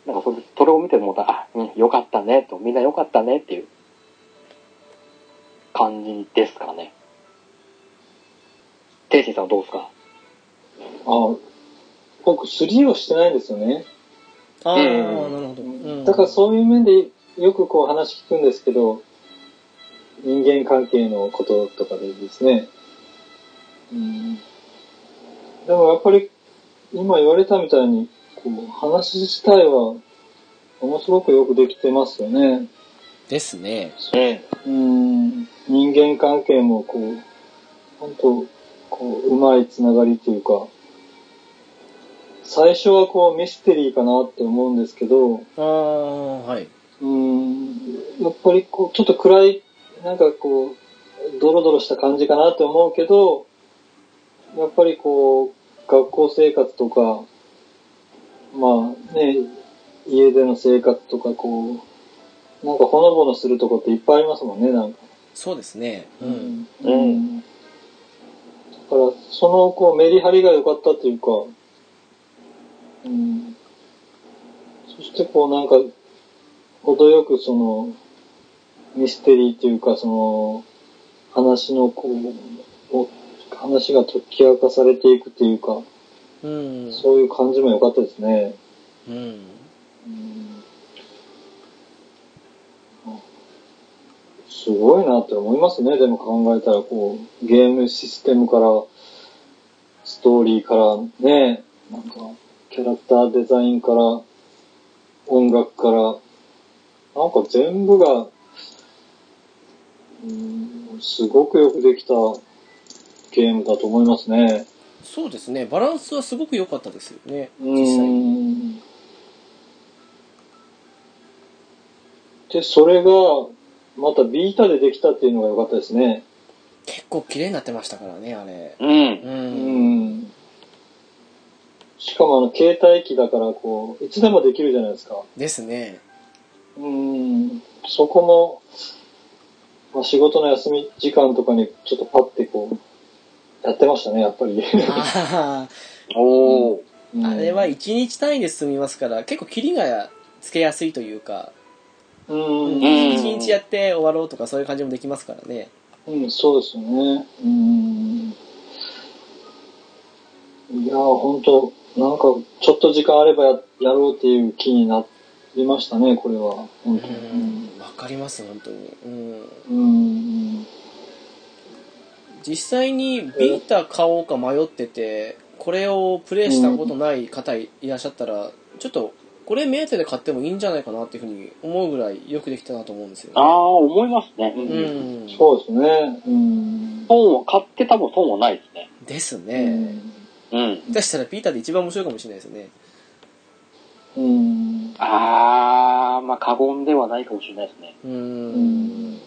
Speaker 3: なんかそれ、それを見てもうた、あ、うん、よかったね、と、みんなよかったねっていう感じですかね。天心さんはどうですか
Speaker 2: あ、僕、3をしてないんですよね。
Speaker 1: ああ、なる
Speaker 3: うん
Speaker 1: ほど。うん
Speaker 2: だからそういう面でよくこう話聞くんですけど、人間関係のこととかでですね。うん、でもやっぱり今言われたみたいに、こう話自体はものすごくよくできてますよね。
Speaker 1: ですね。
Speaker 3: うん。
Speaker 2: うん、人間関係もこう、本当こう、うまいつながりというか、最初はこうミステリーかなって思うんですけど、
Speaker 1: ああ、はい。
Speaker 2: うーんやっぱりこう、ちょっと暗い、なんかこう、ドロドロした感じかなって思うけど、やっぱりこう、学校生活とか、まあね、家での生活とかこう、なんかほのぼのするとこっていっぱいありますもんね、なんか。
Speaker 1: そうですね。うん。
Speaker 3: う
Speaker 2: だから、そのこう、メリハリが良かったというか、うん。そしてこう、なんか、程よくその、ミステリーというか、その、話のこう、お話が解き明かされていくというか、
Speaker 1: うん。
Speaker 2: そういう感じも良かったですね。
Speaker 1: うん。
Speaker 2: うんすごいなって思いますね。でも考えたら、こう、ゲームシステムから、ストーリーからね、なんか、キャラクターデザインから、音楽から、なんか全部が、うん、すごくよくできたゲームだと思いますね。
Speaker 1: そうですねバランスはすごく良かったですよね
Speaker 2: う
Speaker 1: 実際に
Speaker 2: ん。で、それが、またビータでできたっていうのが良かったですね。
Speaker 1: 結構綺麗になってましたからねあれ
Speaker 3: うん。
Speaker 1: う
Speaker 2: うんん。しかもあの、携帯機だから、こう、いつでもできるじゃないですか。
Speaker 1: ですね
Speaker 2: うん。そこも、まあ、仕事の休み時間とかにちょっとパッてこう、やってましたね、やっぱり。
Speaker 1: あ
Speaker 3: おー。
Speaker 2: うん
Speaker 1: ー あれは1日単位で進みますから結構キリがつけやすいというか、
Speaker 2: う
Speaker 1: うん
Speaker 2: ん。
Speaker 1: 1日やって終わろうとかそういう感じもできますからね
Speaker 2: うん、そうですよね。うん。いやー、ほんと、なんか、ちょっと時間あればややろうっていう気になりましたね、これは。
Speaker 1: う
Speaker 2: 本当に
Speaker 1: んわかります本当にうん
Speaker 2: うん。うん。
Speaker 1: 実際にビータ買おうか迷っててこれをプレイしたことない方いらっしゃったらちょっとこれ目当てで買ってもいいんじゃないかなっていうふうに思うぐらいよくできたなと思うんですよ
Speaker 3: あ
Speaker 1: ね
Speaker 3: あ、思いますね。う。
Speaker 1: うんん
Speaker 2: そうですね。うん。
Speaker 3: 損を、買って多分損はないですね。
Speaker 1: です
Speaker 2: う
Speaker 1: ね
Speaker 2: ん
Speaker 3: うん。
Speaker 1: 出したらビータで一番面白いかもしれないですね
Speaker 2: うん。
Speaker 3: ああ、まあ過言ではないかもしれないですね。
Speaker 1: う
Speaker 2: うんん。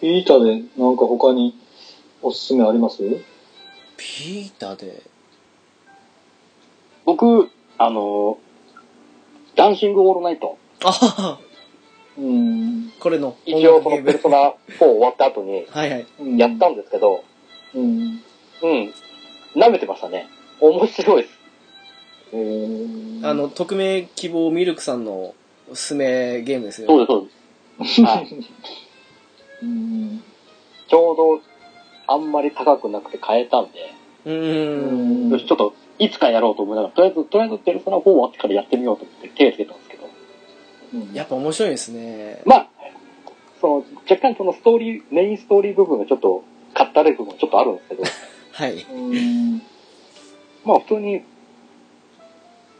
Speaker 2: ビータで、なんか他におすすめあります
Speaker 1: ビータで
Speaker 3: 僕、あのー、ダンシングオールナイト。
Speaker 1: あはは
Speaker 2: うん。
Speaker 1: これの
Speaker 3: 一応そ
Speaker 1: 音楽
Speaker 3: のペル
Speaker 1: ゲー
Speaker 3: ソ
Speaker 1: ム
Speaker 3: ナ4終わった後に
Speaker 1: はいはい
Speaker 2: うん
Speaker 3: やったんですけど、
Speaker 2: うん。
Speaker 3: うん。舐めてましたね。面白いです。
Speaker 2: えー
Speaker 1: あの匿名希望ミルクさんのおすすめゲームです
Speaker 3: そう
Speaker 1: よ
Speaker 3: です、そうです。 はい。
Speaker 2: うん。
Speaker 3: ちょうど、あんまり高くなくて買えたんで、
Speaker 1: う
Speaker 2: うんん
Speaker 3: よし、ちょっと、いつかやろうと思いながら、とりあえず、とりあえずペルソナ4終わってからやってみようと思って手をつけたんですけど、
Speaker 1: やっぱ面白いですね
Speaker 3: まあ、その、若干そのストーリー、メインストーリー部分がちょっと、かったれる部分がちょっとあるん ですけど、
Speaker 1: はい
Speaker 2: うん
Speaker 3: まあ普通に、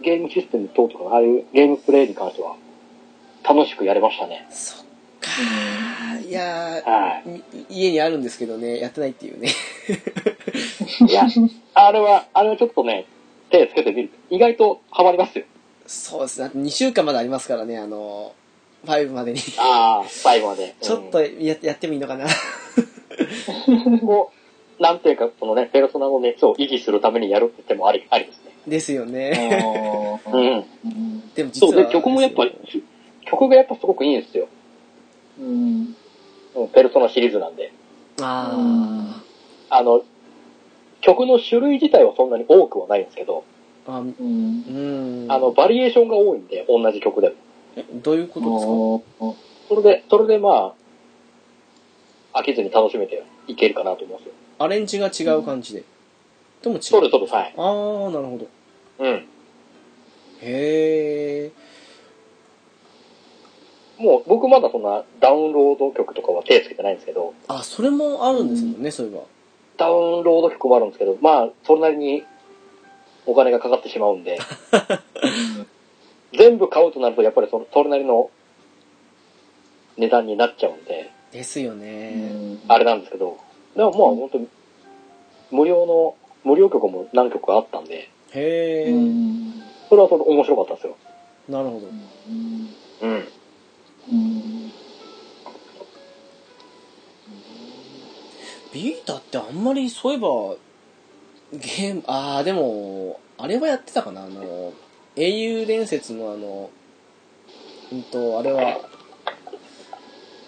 Speaker 3: ゲームシステム等とか、ああいうゲームプレイに関しては、楽しくやれましたね。
Speaker 1: そっかーいやー
Speaker 3: はい
Speaker 1: 家にあるんですけどねやってないっていうね
Speaker 3: い。いや、あれは、あれはちょっとね、手つけてみると。意外とハマりますよ。
Speaker 1: そうですねあと2週間までありますからねあの5までにち
Speaker 3: ああ、最後まで。
Speaker 1: ょっとややってもいいのかな
Speaker 3: うん、こう、なんていうか、そのね、ペルソナの熱を維持するためにやるって手もあり、ありですね。
Speaker 1: ですよね
Speaker 2: あー
Speaker 3: うん。
Speaker 2: うん
Speaker 1: でも実
Speaker 3: そう、
Speaker 1: は
Speaker 3: で、曲もやっぱ、曲がやっぱすごくいいんですよ。
Speaker 2: うん
Speaker 3: うんペルソナシリーズなんで。
Speaker 1: あ
Speaker 3: あの、曲の種類自体はそんなに多くはないんですけど、
Speaker 1: ーあ
Speaker 2: う
Speaker 1: うんん
Speaker 3: あの、バリエーションが多いんで、同じ曲でも。
Speaker 1: えどういうことですか
Speaker 3: それで、それでまあ、飽きずに楽しめていけるかなと思うんですよ。
Speaker 1: アレンジが違う感じで、でも違う
Speaker 3: そうです、そうです、はい。
Speaker 1: ああなるほど
Speaker 3: うん。
Speaker 1: へえ
Speaker 3: もう、僕まだそんなダウンロード曲とかは手つけてないんですけど、
Speaker 1: あそれもあるんですもんね、そういえば
Speaker 3: ダウンロード曲もあるんですけど、まあ、それなりにお金がかかってしまうんで、 全部買うとなると、やっぱりそのそれなりの値段になっちゃうんで、
Speaker 1: ですよ
Speaker 2: う
Speaker 1: ね、
Speaker 2: ん
Speaker 3: あれなんですけど、でもまあ、本当に、無料の、無料曲も何曲かあったんで、
Speaker 1: へえ、
Speaker 2: うん
Speaker 3: それはそれ面白かったですよ。
Speaker 1: なるほど
Speaker 2: うん
Speaker 3: うん。
Speaker 2: うん
Speaker 1: ビータってあんまりそういえばゲームああでもあれはやってたかなあの英雄伝説のあのうんとあれは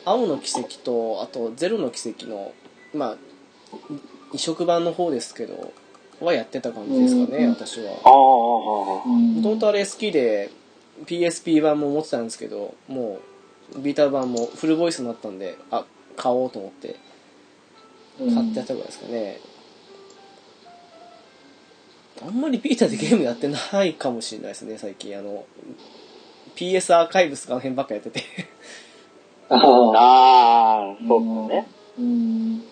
Speaker 1: 青の奇跡とあとゼロの奇跡のまあ移植版の方ですけどはやってた感じですかね、
Speaker 2: うん
Speaker 1: 私は
Speaker 3: ああ、あ
Speaker 1: もともとあれ好きで PSP 版も持ってたんですけどもうビータ版もフルボイスになったんであ買おうと思って買ってやったぐらいですかね、あんまりビータでゲームやってないかもしれないですね最近あの PS アーカイブスとかあの辺ばっかやってて
Speaker 2: ああ。
Speaker 3: ああ、そうですね。
Speaker 2: うん。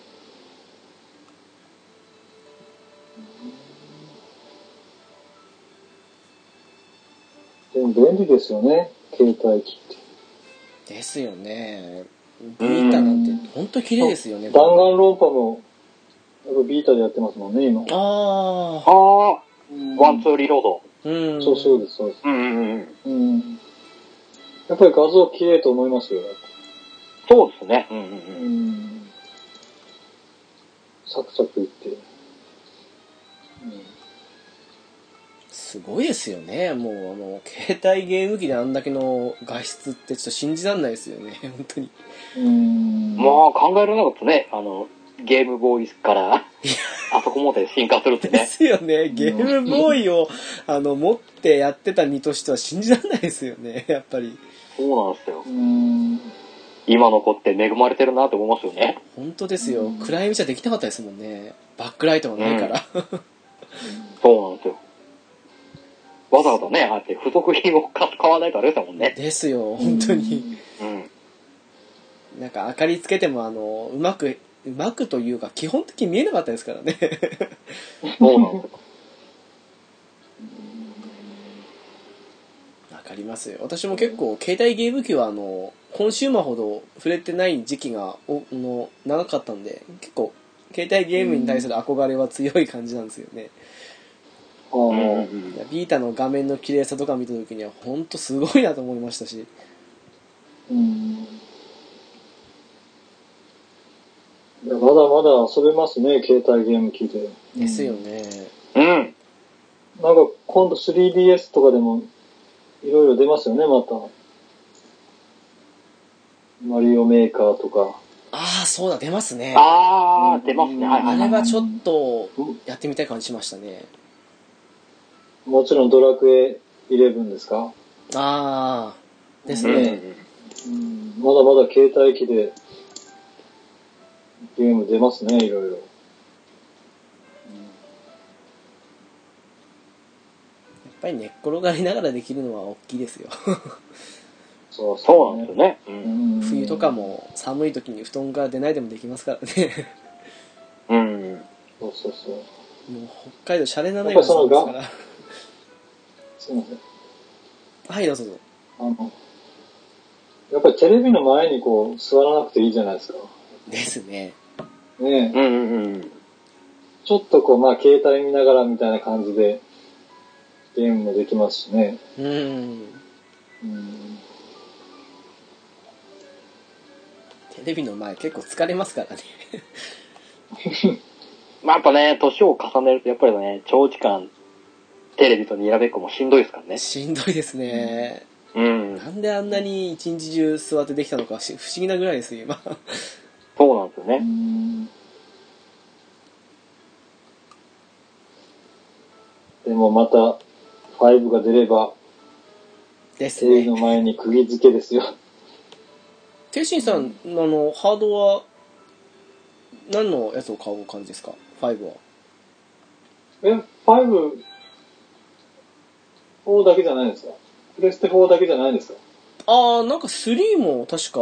Speaker 2: でも便利ですよね、携帯機っ て。
Speaker 1: ですよね。ビータなんて、ほんと綺麗ですよね。
Speaker 2: 弾丸論破も、やっぱビータでやってますもんね、今。
Speaker 1: あ
Speaker 3: あ
Speaker 1: あ。
Speaker 3: あ、ワン、ツ
Speaker 2: ー。
Speaker 3: ーリロード。
Speaker 1: うん。
Speaker 2: そうそうです、そうです。
Speaker 3: うんうんうん。
Speaker 2: うん。やっぱり画像綺麗と思いますよ。
Speaker 3: そうですね。うんうん
Speaker 2: う
Speaker 3: うん。
Speaker 2: ん。サクサクいって。
Speaker 1: すごいですよね。もう、あの、携帯ゲーム機であんだけの画質ってちょっと信じらんないですよね。 本当に。
Speaker 2: うん。
Speaker 3: まあ考えられなかったね。あの、ゲームボーイから、 あそこまで進化するって
Speaker 1: で
Speaker 3: ね。
Speaker 1: すよね。ゲームボーイを、あの、持ってやってた身としては信じらんないですよね。やっぱり。
Speaker 3: そうなんですよ
Speaker 2: う。ん。
Speaker 3: 今の子って恵まれてるなって思いますよね。
Speaker 1: 本当ですよ。
Speaker 2: うん
Speaker 1: 暗闇じゃできなかったですもんね。バックライトがないから。
Speaker 3: そうなんですよ。わざわざね、ああやって付属品を買買わないとあれですもんね。
Speaker 1: ですよ、本当に。
Speaker 3: うん。
Speaker 1: なんか明かりつけてもあのうまくうまくというか基本的に見えなかったですからね
Speaker 3: そうなんですよ。
Speaker 1: わかりますよ私も結構携帯ゲーム機はあのコンシューマーほど触れてない時期がおの長かったんで結構携帯ゲームに対する憧れは強い感じなんですよね、
Speaker 2: う
Speaker 3: うんうん
Speaker 2: ん。
Speaker 3: うん
Speaker 1: いやビータの画面の綺麗さとか見た時には本当すごいなと思いましたし
Speaker 2: うん。いやまだまだ遊べますね、携帯ゲーム機で。
Speaker 1: ですよね、
Speaker 3: うん。
Speaker 2: なんか今度 3DS とかでもいろいろ出ますよね、また。マリオメーカーとか。
Speaker 1: ああそうだ出ますねあ
Speaker 3: ああ、出ますね。はいはいは
Speaker 1: れ
Speaker 3: い。
Speaker 1: はちょっとやってみたい感じしましたね
Speaker 2: もちろんドラクエ11ですか、
Speaker 1: ああです
Speaker 3: うん
Speaker 1: ね、
Speaker 3: うん
Speaker 2: うん、まだまだ携帯機でゲーム出ますね、いろいろ。
Speaker 1: やっぱり寝っ転がりながらできるのは大きいですよ、
Speaker 2: そう
Speaker 3: そうなんですよ
Speaker 2: ね。
Speaker 3: ね。う。
Speaker 2: うんん
Speaker 1: 冬とか。も寒い時に布団から出ないでもできますからね
Speaker 3: うんうん。
Speaker 2: そうそうそう。
Speaker 1: もう北海道シャレなない場所ですから
Speaker 2: すいません。
Speaker 1: はいどうぞどうぞ
Speaker 2: あの、やっぱりテレビの前にこう座らなくていいじゃないですか。
Speaker 1: ですね
Speaker 2: ねえ
Speaker 3: うんうんうん。
Speaker 2: ちょっとこう、まあ携帯見ながらみたいな感じでゲームもできますしね。
Speaker 1: うーん
Speaker 2: うん。
Speaker 1: テレビの前結構疲れますからね
Speaker 3: まあやっぱね、年を重ねるとやっぱりね、長時間テレビとにらめっこもしんどいですからね。
Speaker 1: しんどいですね、
Speaker 3: うん。
Speaker 1: なんであんなに一日中座ってできたのかし不思議なぐらいですよ今
Speaker 3: そうなんですよね。
Speaker 2: でもまた、5が出れば、
Speaker 1: です
Speaker 2: テレビの
Speaker 1: ね
Speaker 2: 前に釘付けですよ。
Speaker 1: 天心さんあのハードは何のやつを買う感じですか5は
Speaker 2: え、5、4だけじゃないですかプレステ4だけじゃないですか
Speaker 1: ああなんか3も確か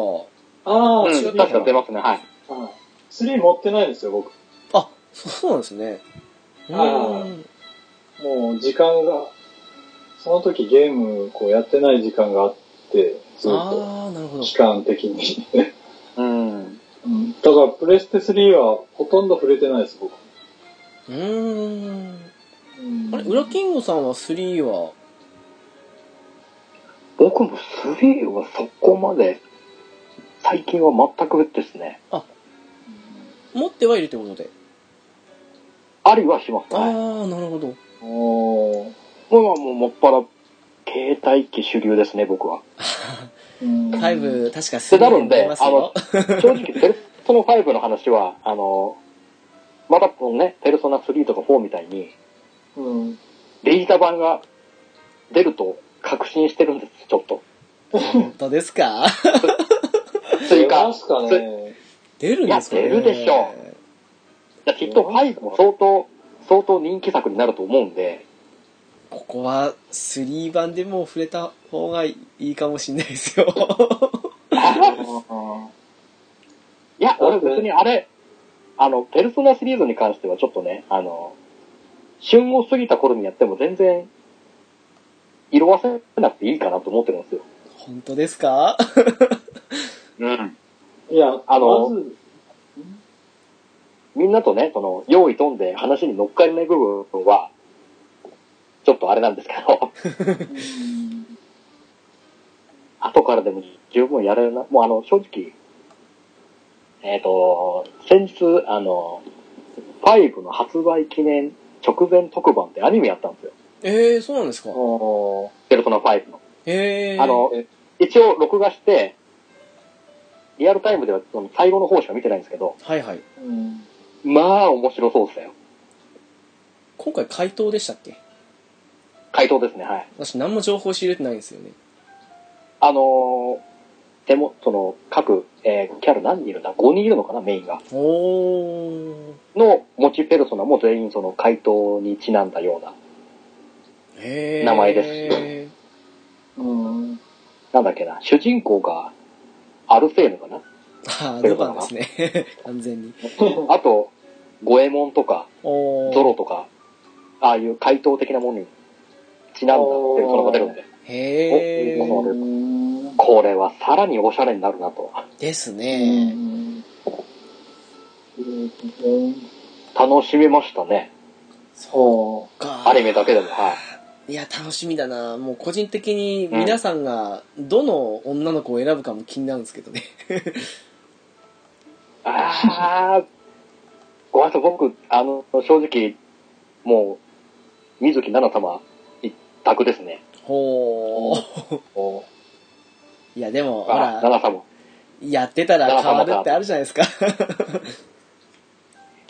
Speaker 2: ああ、
Speaker 3: う
Speaker 2: 違っ
Speaker 3: ん、
Speaker 2: た
Speaker 3: 確
Speaker 2: か
Speaker 3: か出ますね、はい。
Speaker 2: はい3持ってないですよ、僕。
Speaker 1: あ、そそうなんですね。う
Speaker 2: あ
Speaker 1: ーん。
Speaker 2: もう時間が、その時ゲームこうやってない時間があって、ずっと、
Speaker 1: ああ、なるほど。
Speaker 2: 期間的に。
Speaker 3: うん。
Speaker 2: うんだからプレステ3はほとんど触れてないです、僕。
Speaker 1: うーん。
Speaker 2: うん
Speaker 1: あれ、裏キングさんは3は、
Speaker 3: 僕も3はそこまで、最近は全くですね。
Speaker 1: 持ってはいるということで。
Speaker 3: ありはします。
Speaker 1: あ
Speaker 3: はい。
Speaker 1: あ、なるほど。
Speaker 2: おー
Speaker 3: もう今はもうもっぱら、携帯機主流ですね、僕は。
Speaker 2: うん
Speaker 1: だいぶ、確か
Speaker 3: で、
Speaker 1: 3
Speaker 3: なの
Speaker 1: 出
Speaker 3: で、
Speaker 1: ま
Speaker 3: あ
Speaker 1: す
Speaker 3: の
Speaker 1: よ。、
Speaker 3: 正直、ペルソナ5の話は、あの、またこのね、ペルソナ3とか4みたいに、
Speaker 2: うん。
Speaker 3: データ版が出ると確信してるんです、ちょっと。
Speaker 1: 本当ですか
Speaker 3: 追加。
Speaker 2: 出ますか
Speaker 3: 追い
Speaker 2: ね。
Speaker 1: 出るんですかね
Speaker 3: いや出るでしょやきっと5も相当、相当人気作になると思うんで、
Speaker 1: ここは、3版でも触れた方がいいかもしれないですよ。
Speaker 2: あ
Speaker 3: いや、俺別にあれ、あの、ペルソナシリーズに関してはちょっとね、あの、旬を過ぎた頃にやっても全然、色あせなくていいかなと思ってるんですよ。
Speaker 1: 本当ですか
Speaker 3: うん。
Speaker 2: ーいや、
Speaker 3: あの
Speaker 2: まず、
Speaker 3: みんなとね、その、用意飛んで話に乗っかれない部分は、ちょっとあれなんですけど、
Speaker 2: うん
Speaker 3: 後からでも十分やれるな。もうあの、正直、えっ、と、先日、あの、5の発売記念直前特番ってアニメやったんですよ。
Speaker 1: ええー、そうなんですか
Speaker 2: あー
Speaker 3: ペルソナ5の。
Speaker 1: ええー。
Speaker 3: あの、
Speaker 2: え
Speaker 3: 一応録画して、リアルタイムではその最後の方しか見てないんですけど、
Speaker 1: はいはい。
Speaker 2: うん
Speaker 3: まあ面白そうでしたよ。
Speaker 1: 今回回答でしたっけ
Speaker 3: 回答ですね、はい。
Speaker 1: 私何も情報仕入れてないんですよね。
Speaker 3: あのー、でも、その、各、えーキャラ何人いるんだ ?5 人いるのかな、メインが。
Speaker 1: おー。
Speaker 3: の持ちペルソナも全員その回答にちなんだような、
Speaker 1: ええー。
Speaker 3: 名前で
Speaker 2: うん
Speaker 3: なんだっけな、主人公がアルセーヌかな
Speaker 1: ああ、ドバンですね。 完全に。
Speaker 3: あと、ゴエモンとか、
Speaker 1: おー。
Speaker 3: ゾロとか、ああいう回答的なものにちなんだペルソナが出るんで、
Speaker 1: へえ。
Speaker 3: お
Speaker 2: うん
Speaker 3: これはさらにおしゃれになるなと。
Speaker 1: です
Speaker 2: う
Speaker 1: ね。
Speaker 2: んうん
Speaker 3: 楽しめましたね。
Speaker 2: そ
Speaker 1: か
Speaker 3: アニメだけでも、はい。
Speaker 1: いや、楽しみだな。もう個人的に皆さんがどの女の子を選ぶかも気になるんですけどね。
Speaker 3: あー、ごめんなさい、僕、あの、正直、もう、水木奈々様一択ですね。
Speaker 1: ほー。
Speaker 2: う。
Speaker 1: いや、でも、ほ
Speaker 3: あ奈
Speaker 1: ら、
Speaker 3: 々様。
Speaker 1: やってたら変わるってあるじゃない ですか。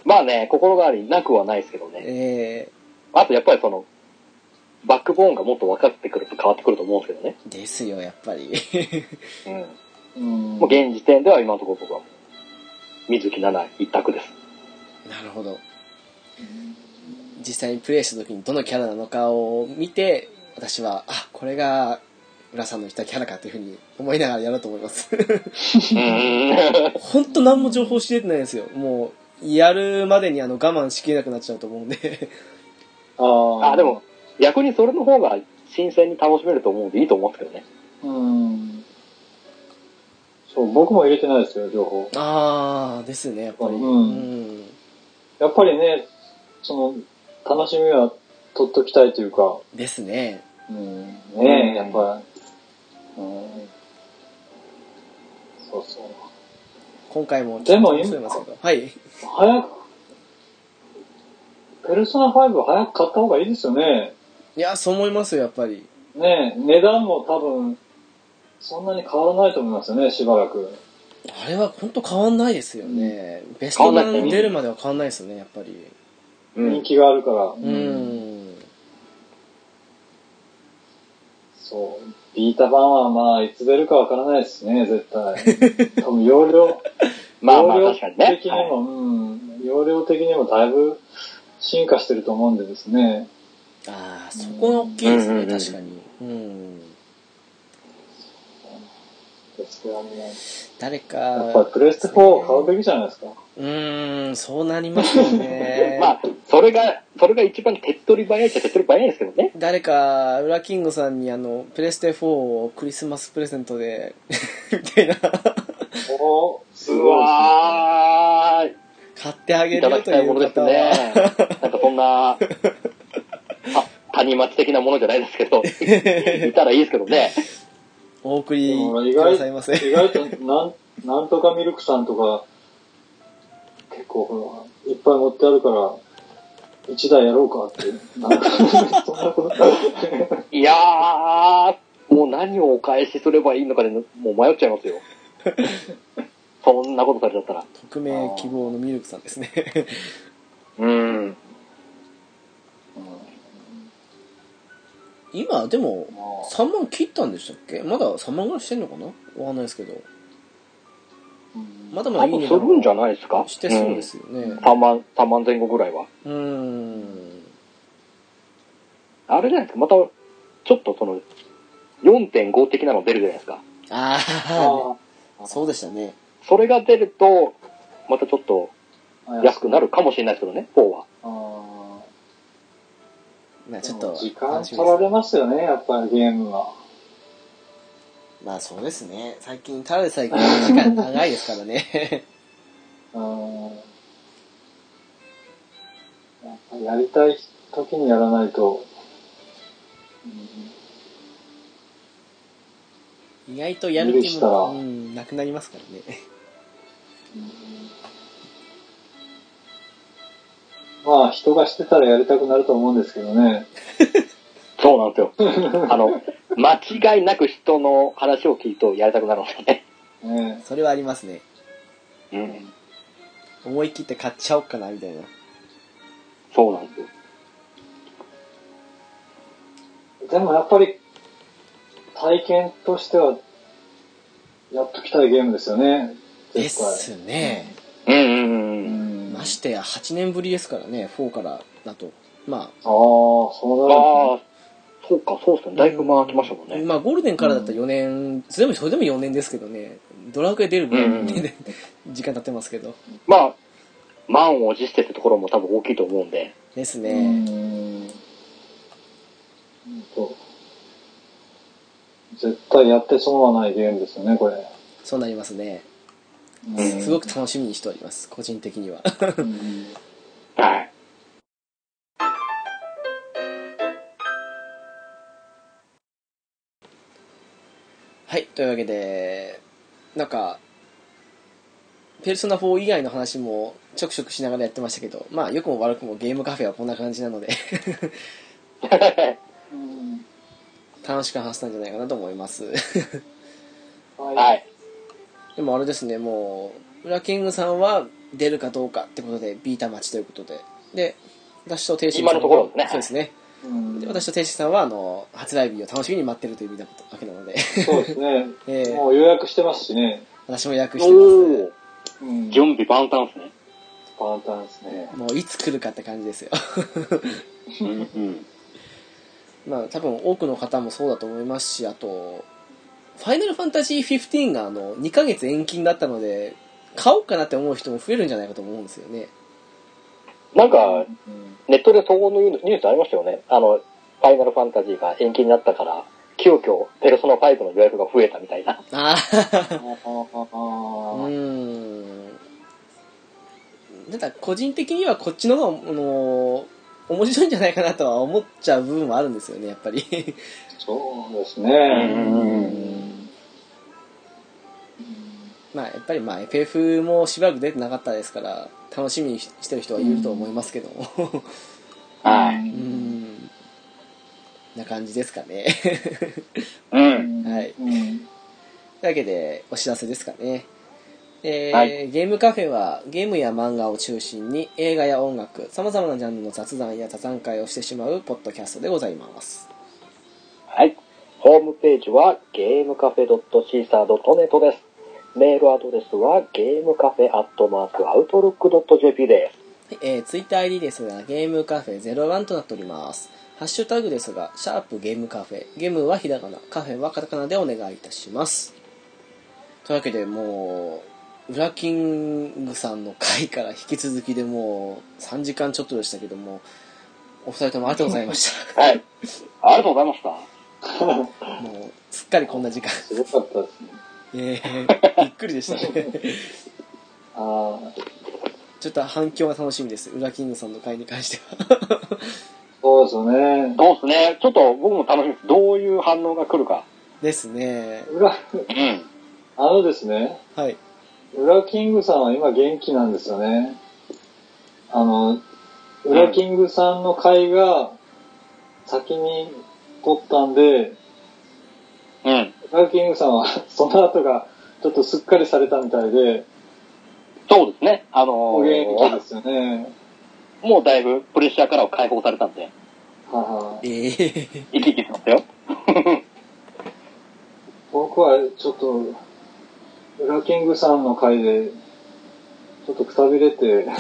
Speaker 3: まあね、心変わりなくはないですけどね。
Speaker 1: え
Speaker 3: あと、やっぱりその、バックボーンがもっと分かってくると変わってくると思うんですけどね。
Speaker 1: ー、ですよ、やっぱり。
Speaker 3: う
Speaker 2: うん
Speaker 3: ん。もう現時点では今のところ僕は、水木奈々一択です。
Speaker 1: なるほど。実際にプレイした時にどのキャラなのかを見て、私は、あ、これが、浦さんの言ったキャラかというふうに思いながらやろうと思います。
Speaker 3: うん。
Speaker 1: ほんと何も情報知れてないんですよ。もう、やるまでにあの我慢しきれなくなっちゃうと思うんで。
Speaker 2: あー
Speaker 3: あ、でも、、逆にそれの方が新鮮に楽しめると思うんでいいと思うんですけどね。
Speaker 2: うん。そう、僕も入れてないですよ、情報。
Speaker 1: あー、ですね、やっぱり。
Speaker 2: うん
Speaker 1: うん
Speaker 2: やっぱりね、その、楽しみは取っときたいというか、
Speaker 1: ですね。
Speaker 2: うん、ね
Speaker 3: うん
Speaker 2: え、やっぱり、うん。そうそう。
Speaker 1: 今回も。
Speaker 2: でも
Speaker 1: そう
Speaker 2: 今
Speaker 1: 言いますけどはい。
Speaker 2: 早く、ペルソナ5早く買った方がいいですよね。
Speaker 1: いや、そう思いますよ、やっぱり。
Speaker 2: ねえ、値段も多分、そんなに変わらないと思いますよね、しばらく。
Speaker 1: あれは本当変わんないですよね。ベストマ
Speaker 3: 変わんない
Speaker 1: ン出るまでは変わんないですよね、やっぱり。
Speaker 2: 人気があるから。う
Speaker 1: うん。
Speaker 2: そう。ビータ版はまあ、いつ出るかわからないですね、絶対。多分容量、
Speaker 3: まあまあ
Speaker 2: 容量
Speaker 3: 確かにね。
Speaker 2: 的にも、うん、容量的にもだいぶ進化してると思うんでですね。
Speaker 1: ああ、そこが大きいです
Speaker 3: う
Speaker 1: ね、
Speaker 3: んうんうん
Speaker 1: 確かに。うん。
Speaker 2: ですけども、
Speaker 1: 誰
Speaker 2: やっぱり
Speaker 1: か、
Speaker 2: プレステ4を買うべきじゃないですか。
Speaker 1: うーん、そうなりますよね。
Speaker 3: まあ、それが、それが一番手っ取り早いっちゃ手っ取り早いんですけどね。
Speaker 1: 誰か、ウラキングさんにあの、プレステ4をクリスマスプレゼントで、 みたいな、
Speaker 2: おー、す
Speaker 3: う
Speaker 2: ごい
Speaker 3: わー
Speaker 1: 買ってあげ
Speaker 3: い
Speaker 1: る
Speaker 3: た
Speaker 1: よ
Speaker 3: だき
Speaker 1: と
Speaker 3: たい
Speaker 1: い
Speaker 3: も
Speaker 1: う
Speaker 3: のです
Speaker 1: 方
Speaker 3: ね
Speaker 1: は、。
Speaker 3: なんかそんな、あ、谷町的なものじゃないです けど、いたらいいですけどね。
Speaker 1: お送
Speaker 2: で
Speaker 1: り
Speaker 2: も意
Speaker 1: くだ
Speaker 2: 外と
Speaker 1: さいま、
Speaker 2: 意
Speaker 1: せ。
Speaker 2: 外となん、なんとかミルクさんとか、結構ほら、いっぱい持ってあるから、一台やろうかって、なんか、そんなこと。
Speaker 3: いやー、もう何をお返しすればいいのかで、もう迷っちゃいますよ。そんなことされちゃったら。
Speaker 1: 匿名希望のミルクさんですね。
Speaker 3: うん。
Speaker 1: 今、でも、
Speaker 2: もう
Speaker 1: 3万切ったんでしたっけまだ3万ぐらいしてんのかなわかんないですけど。まだまだ
Speaker 3: 多
Speaker 1: いいね。
Speaker 3: 分するんじゃないですか
Speaker 1: してそうで。すよね。
Speaker 3: 3万、3万前後ぐらいは。
Speaker 1: うーん。
Speaker 3: あれじゃないですか、また、ちょっとその、4.5的なの出るじゃないですか。
Speaker 1: あ
Speaker 2: あ
Speaker 1: あ、
Speaker 2: あ
Speaker 1: そうでしたね。
Speaker 3: それが出ると、またちょっと
Speaker 2: あ
Speaker 3: 安くなるかもしれないですけどね、4は。
Speaker 2: あー
Speaker 1: まあちょっ
Speaker 2: で
Speaker 1: と
Speaker 2: も、時間
Speaker 1: 楽しみ
Speaker 2: 取
Speaker 1: です
Speaker 2: られますよね、やっぱりゲームは。
Speaker 1: まあそうですね。最近、ただでさえ時間長いですから ね。
Speaker 2: うーんやっぱりやりたい時にやらないと、うん
Speaker 1: 意外とやる
Speaker 2: 無理
Speaker 1: 気
Speaker 2: したら
Speaker 1: も、うん、なくなりますからね。
Speaker 2: まあ人がしてたらやりたくなると思うんですけどね。
Speaker 3: そうなんです よ。あの、間違いなく人の話を聞くとやりたくなるんですよね。
Speaker 2: ね
Speaker 1: それはありますね。
Speaker 3: うん。
Speaker 1: 思い切って買っちゃおうかな、みたいな。
Speaker 3: そうなんですよ。
Speaker 2: でもやっぱり体験としてはやっときたいゲームですよね。
Speaker 1: で
Speaker 2: 絶対。
Speaker 1: すね。
Speaker 3: うんうん
Speaker 2: う
Speaker 3: うん。
Speaker 2: ん。あ
Speaker 1: ま
Speaker 2: あ、
Speaker 1: してや、8年ぶりですからね、4からだと。ま
Speaker 2: そうなるんですね。
Speaker 3: ああ、そうか、そうですね。
Speaker 1: あ。
Speaker 3: だいぶ間空きましたもん
Speaker 1: う
Speaker 3: ね。
Speaker 1: まあ、ゴールデンからだったら4年、それでも、それでも4年ですけどね。ドラクエ出る
Speaker 3: うんう
Speaker 1: 分、
Speaker 3: ん
Speaker 1: ね 時間経ってますけど。
Speaker 3: まあ、満を持してってところも多分大きいと思うんで。
Speaker 1: です
Speaker 2: うー
Speaker 1: ね。
Speaker 2: んと絶対やって損はないゲームですよね、これ。
Speaker 1: そうなりますね。
Speaker 2: うん
Speaker 1: すごく楽しみにしております、個人的には。
Speaker 2: うん
Speaker 3: はい。
Speaker 1: はい、というわけで、なんか、ペルソナ4以外の話もちょくちょくしながらやってましたけど、まあ、良くも悪くもゲームカフェはこんな感じなので、 楽しく話したんじゃないかなと思います。
Speaker 3: は
Speaker 2: はい。
Speaker 3: い。
Speaker 1: でもあれですね、もう、裏キングさんは出るかどうかってことで、ビータ待ちということで。で、私と天心さんは
Speaker 3: 今のところですね
Speaker 1: そうですね。
Speaker 2: うん
Speaker 1: で私と天心さんは、あの、初来日を楽しみに待ってるという意味だことわけなので、
Speaker 2: そうですね。
Speaker 1: えー
Speaker 2: もう予約してますしね。
Speaker 1: 私も予約してます。
Speaker 3: おお
Speaker 2: うん
Speaker 3: 準備万端ですね。
Speaker 2: パンタンですね。
Speaker 1: もういつ来るかって感じですよ。
Speaker 3: うんうん。
Speaker 1: まあ多分多くの方もそうだと思いますし、あと、ファイナルファンタジー15があの、2ヶ月延期になったので、買おうかなって思う人も増えるんじゃないかと思うんですよね。
Speaker 3: なんか、
Speaker 2: うん
Speaker 3: ネットで総合のニュースありましたよね。あの、ファイナルファンタジーが延期になったから、急遽、ペルソナ5の予約が増えたみたいな。
Speaker 1: あ
Speaker 2: あ
Speaker 1: あ、う
Speaker 2: ー
Speaker 1: ーん。ただ個人的にはこっちの方が、あの、面白いんじゃないかなとは思っちゃう部分はあるんですよね、やっぱり。
Speaker 2: そうです
Speaker 3: うんうんうん
Speaker 2: ね。
Speaker 1: まあやっぱりまあ FF もしばらく出てなかったですから、楽しみにしてる人はいると思いますけども。
Speaker 3: はい。
Speaker 1: うーん。な感じですかね。
Speaker 3: うん。
Speaker 1: はい
Speaker 2: うん
Speaker 1: というわけで、お知らせですかね。えー
Speaker 3: は
Speaker 1: ゲームカフェはゲームや漫画を中心に映画や音楽、様々なジャンルの雑談や多談会をしてしまうポッドキャストでございます。
Speaker 3: はい。ホームページはゲームカフェ .caesar.net です。メールアドレスはゲームカフェアットマークアウトロック .jp で
Speaker 1: はいえー、ツイッター ID ですが、ゲームカフェ01となっております。ハッシュタグですが、シャープゲームカフェ、ゲームはひらがな、カフェはカタカナでお願いいたします。というわけで、もう、ウラキングさんの回から引き続きでもう3時間ちょっとでしたけども、お二人ともありがとうございまし
Speaker 3: す。はい。ありがとうございました。
Speaker 1: た。もう、すっかりこんな時間。
Speaker 2: すごかったですね。
Speaker 1: えー、びっくりでしたね。
Speaker 2: ああ、
Speaker 1: ちょっと反響が楽しみです。ウラキングさんの回に関しては。
Speaker 2: そうですよね。
Speaker 3: そうですね。ちょっと僕も楽しみです。どういう反応が来るか。
Speaker 1: ですね。
Speaker 2: 裏、
Speaker 3: うん。
Speaker 2: あのですね、
Speaker 1: はい。
Speaker 2: 裏キングさんは今元気なんですよね。あの、裏キングさんの会が先に取ったんで、
Speaker 3: うん。
Speaker 2: 裏キングさんは その後がちょっとすっかりされたみたいで、
Speaker 3: そうですね。あの
Speaker 2: お元気で
Speaker 3: ー
Speaker 2: すよね。
Speaker 3: もうだいぶプレッシャーからは解放されたんで、
Speaker 2: はは
Speaker 1: えー、
Speaker 3: 生き生きしてますよ。
Speaker 2: 僕はちょっと、裏キングさんの会で、ちょっとくたびれて、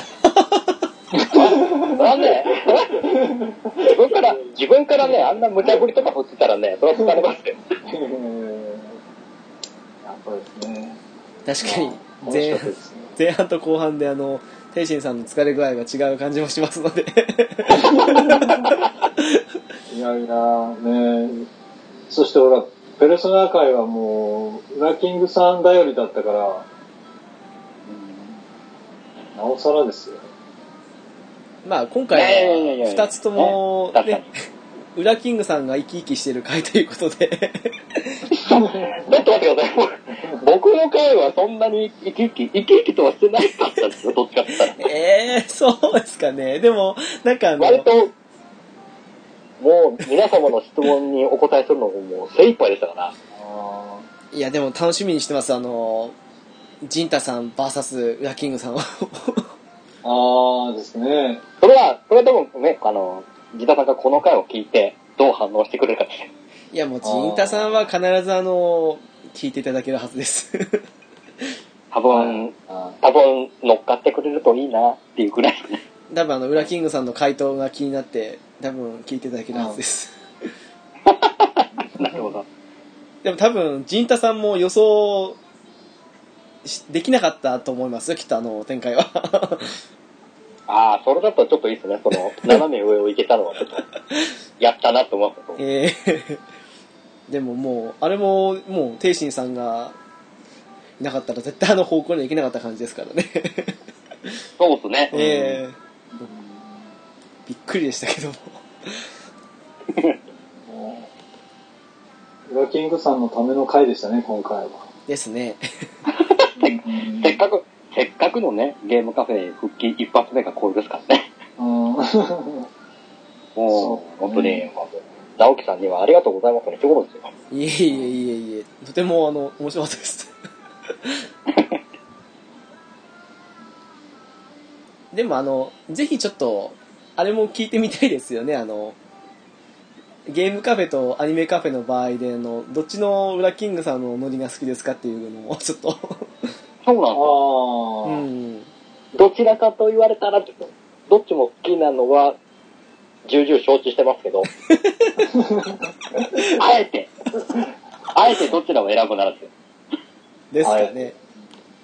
Speaker 3: なんで 自分から、自分からね、あんな無茶ぶりとか振ってたらね、それは疲れますよ。
Speaker 2: えーやっぱです
Speaker 1: 確
Speaker 2: ね。
Speaker 1: かに
Speaker 2: 面白
Speaker 1: 前
Speaker 2: かったですね。
Speaker 1: 前半と後半であの天心さんの疲れ具合が違う感じもしますので
Speaker 2: いやいや、ねそしてほら、ペルソナ界はもう、裏キングさん頼りだったから、なおさらですよ。
Speaker 1: まあ今回
Speaker 3: いやいやいやいや
Speaker 1: はい
Speaker 3: や
Speaker 1: 2つとも
Speaker 3: 確か
Speaker 1: ね
Speaker 3: に。
Speaker 1: ウラキングさんが生き生きしてる回ということで
Speaker 3: ちょっと待ってください。僕の回はそんなに生き生き、生き生きとはしてなかったんですよ、どっちかって言ったら。
Speaker 1: ええ そうですかねでもなんかあの
Speaker 3: 割と、もう皆様の質問にお答えするのももう精一杯でしたか
Speaker 2: あ
Speaker 3: ら。
Speaker 1: いやでも楽しみにしてますあのジンタさん VS ウラキングさんは
Speaker 2: ーあーですね。
Speaker 3: それは、それは多分ね、あの、ギタさんがこの回を聞いて、どう反応してくれるかですね。
Speaker 1: いやもうジンタさんは必ずあの聞いていただけるはずです
Speaker 3: 多分、
Speaker 2: あ
Speaker 3: 多分乗っかってくれるといいなっていうぐらい。
Speaker 1: 多分あのウラキングさんの回答が気になって多分聞いていただけるはずです
Speaker 3: なるほど。
Speaker 1: でも多分、陣太さんも予想しできなかったと思いますよ、きっとあの展開は。
Speaker 3: ああ、それだとちょっといいですね。その、斜め上を行けたのはちょっと、 やったなと思ったと。
Speaker 1: えーでももう、あれも、もう、天心さんがいなかったら絶対あの方向には行けなかった感じですからね。
Speaker 3: そうですね。
Speaker 1: えーびっくりでしたけども。
Speaker 2: ーもう裏キングさんのための回でしたね、今回は。
Speaker 1: ですね。
Speaker 2: うん
Speaker 3: せっかく、せっかくのね、ゲームカフェ復帰一発目がこれですからね。
Speaker 2: うん
Speaker 3: もう、
Speaker 2: そう
Speaker 3: 本当に、まあ直樹さんにはありがとうございますの一言ですよ。
Speaker 1: いえいえいえいえ、とてもあの、面白かった です。でもあの、ぜひちょっと、あれも聞いてみたいですよね、あの、ゲームカフェとアニメカフェの場合で、あの、どっちのウラキングさんのノリが好きですかっていうのも、ちょっと、
Speaker 3: そうな
Speaker 2: あ
Speaker 3: の。
Speaker 1: う
Speaker 2: ー
Speaker 1: ん。
Speaker 3: どちらかと言われたら、どっちも好きなのは、重々承知してますけど、あえて、あえてどちらを選ぶならですよ。
Speaker 1: ですか
Speaker 2: は
Speaker 1: ね。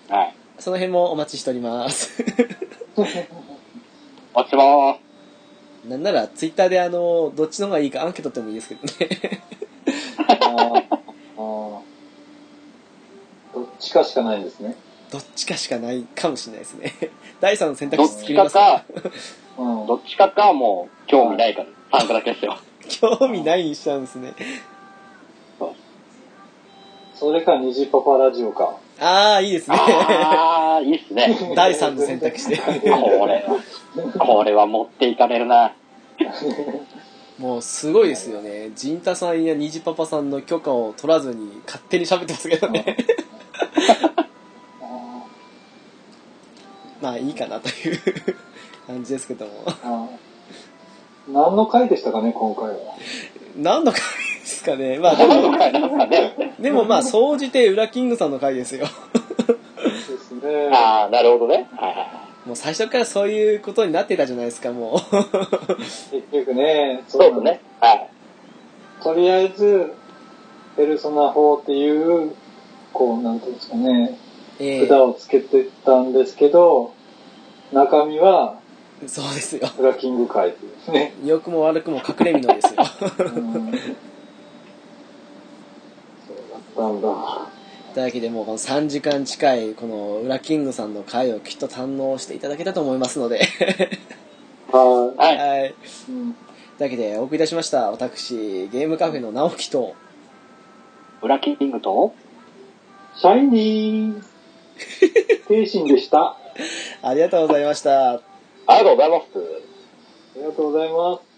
Speaker 3: はい。
Speaker 1: その辺もお待ちしております。
Speaker 3: 落ちまーす。
Speaker 1: なんなら、ツイッターであの、どっちの方がいいかアンケート取ってもいいですけどね。
Speaker 2: あーあーどっちかしかないですね。
Speaker 1: どっちかしかないかもしれないですね。第3の選択
Speaker 3: ど
Speaker 1: 肢
Speaker 3: っ
Speaker 1: 作
Speaker 3: ち
Speaker 1: り
Speaker 3: か
Speaker 1: ます
Speaker 3: か、
Speaker 2: うん
Speaker 3: どっちかか、もう、興味ないから、参加だけで すよ。
Speaker 1: 興味ないにしちゃうんですね。
Speaker 2: それか、虹パパラジオか。
Speaker 1: ああ、いいですね。
Speaker 3: あー、いいっすね。
Speaker 1: 第3の選択肢で。
Speaker 3: これは、これは持っていかれ るな。
Speaker 1: もうすごいですよね。ジンタさんやニジパパさんの許可を取らずに勝手に喋ってますけどね。
Speaker 2: あ
Speaker 1: まあいいかなという感じですけども。
Speaker 2: ーあー何の回でしたかね、今回は。
Speaker 1: 何の回ですかね。まあで
Speaker 3: 今
Speaker 1: も、
Speaker 3: 回なんかね。
Speaker 1: でもまあ総じて裏キングさんの回ですよ。
Speaker 2: ですね。
Speaker 3: あー、なるほどね。はいはいはい。
Speaker 1: もう最初からそういうことになってたじゃないですか、も
Speaker 2: 結局ね、
Speaker 3: そうで
Speaker 2: な
Speaker 3: す
Speaker 2: んで
Speaker 3: ね。はい。
Speaker 2: す。とりあえず、ペルソナ4っていう、こう、なんていうんですかね、
Speaker 1: う。ええ
Speaker 2: 札をつけてたんですけど、中身は、
Speaker 1: そうですよ。
Speaker 2: フラキング会っていうね。
Speaker 1: 良くも悪くも隠れ身のですよ。
Speaker 2: うんそうだったんだ。
Speaker 1: というわけでもうこの3時間近いこの裏キングさんの回をきっと堪能していただけたと思いますので、
Speaker 2: は
Speaker 3: はい。
Speaker 1: はい、
Speaker 2: い。うん
Speaker 1: というわけでお送りいたしました私ゲームカフェの直樹と
Speaker 3: ブラッキングと、
Speaker 2: シャイニー精神でした。あ
Speaker 1: ありがとうございました
Speaker 3: ありがとうございます。
Speaker 2: りがとうございます。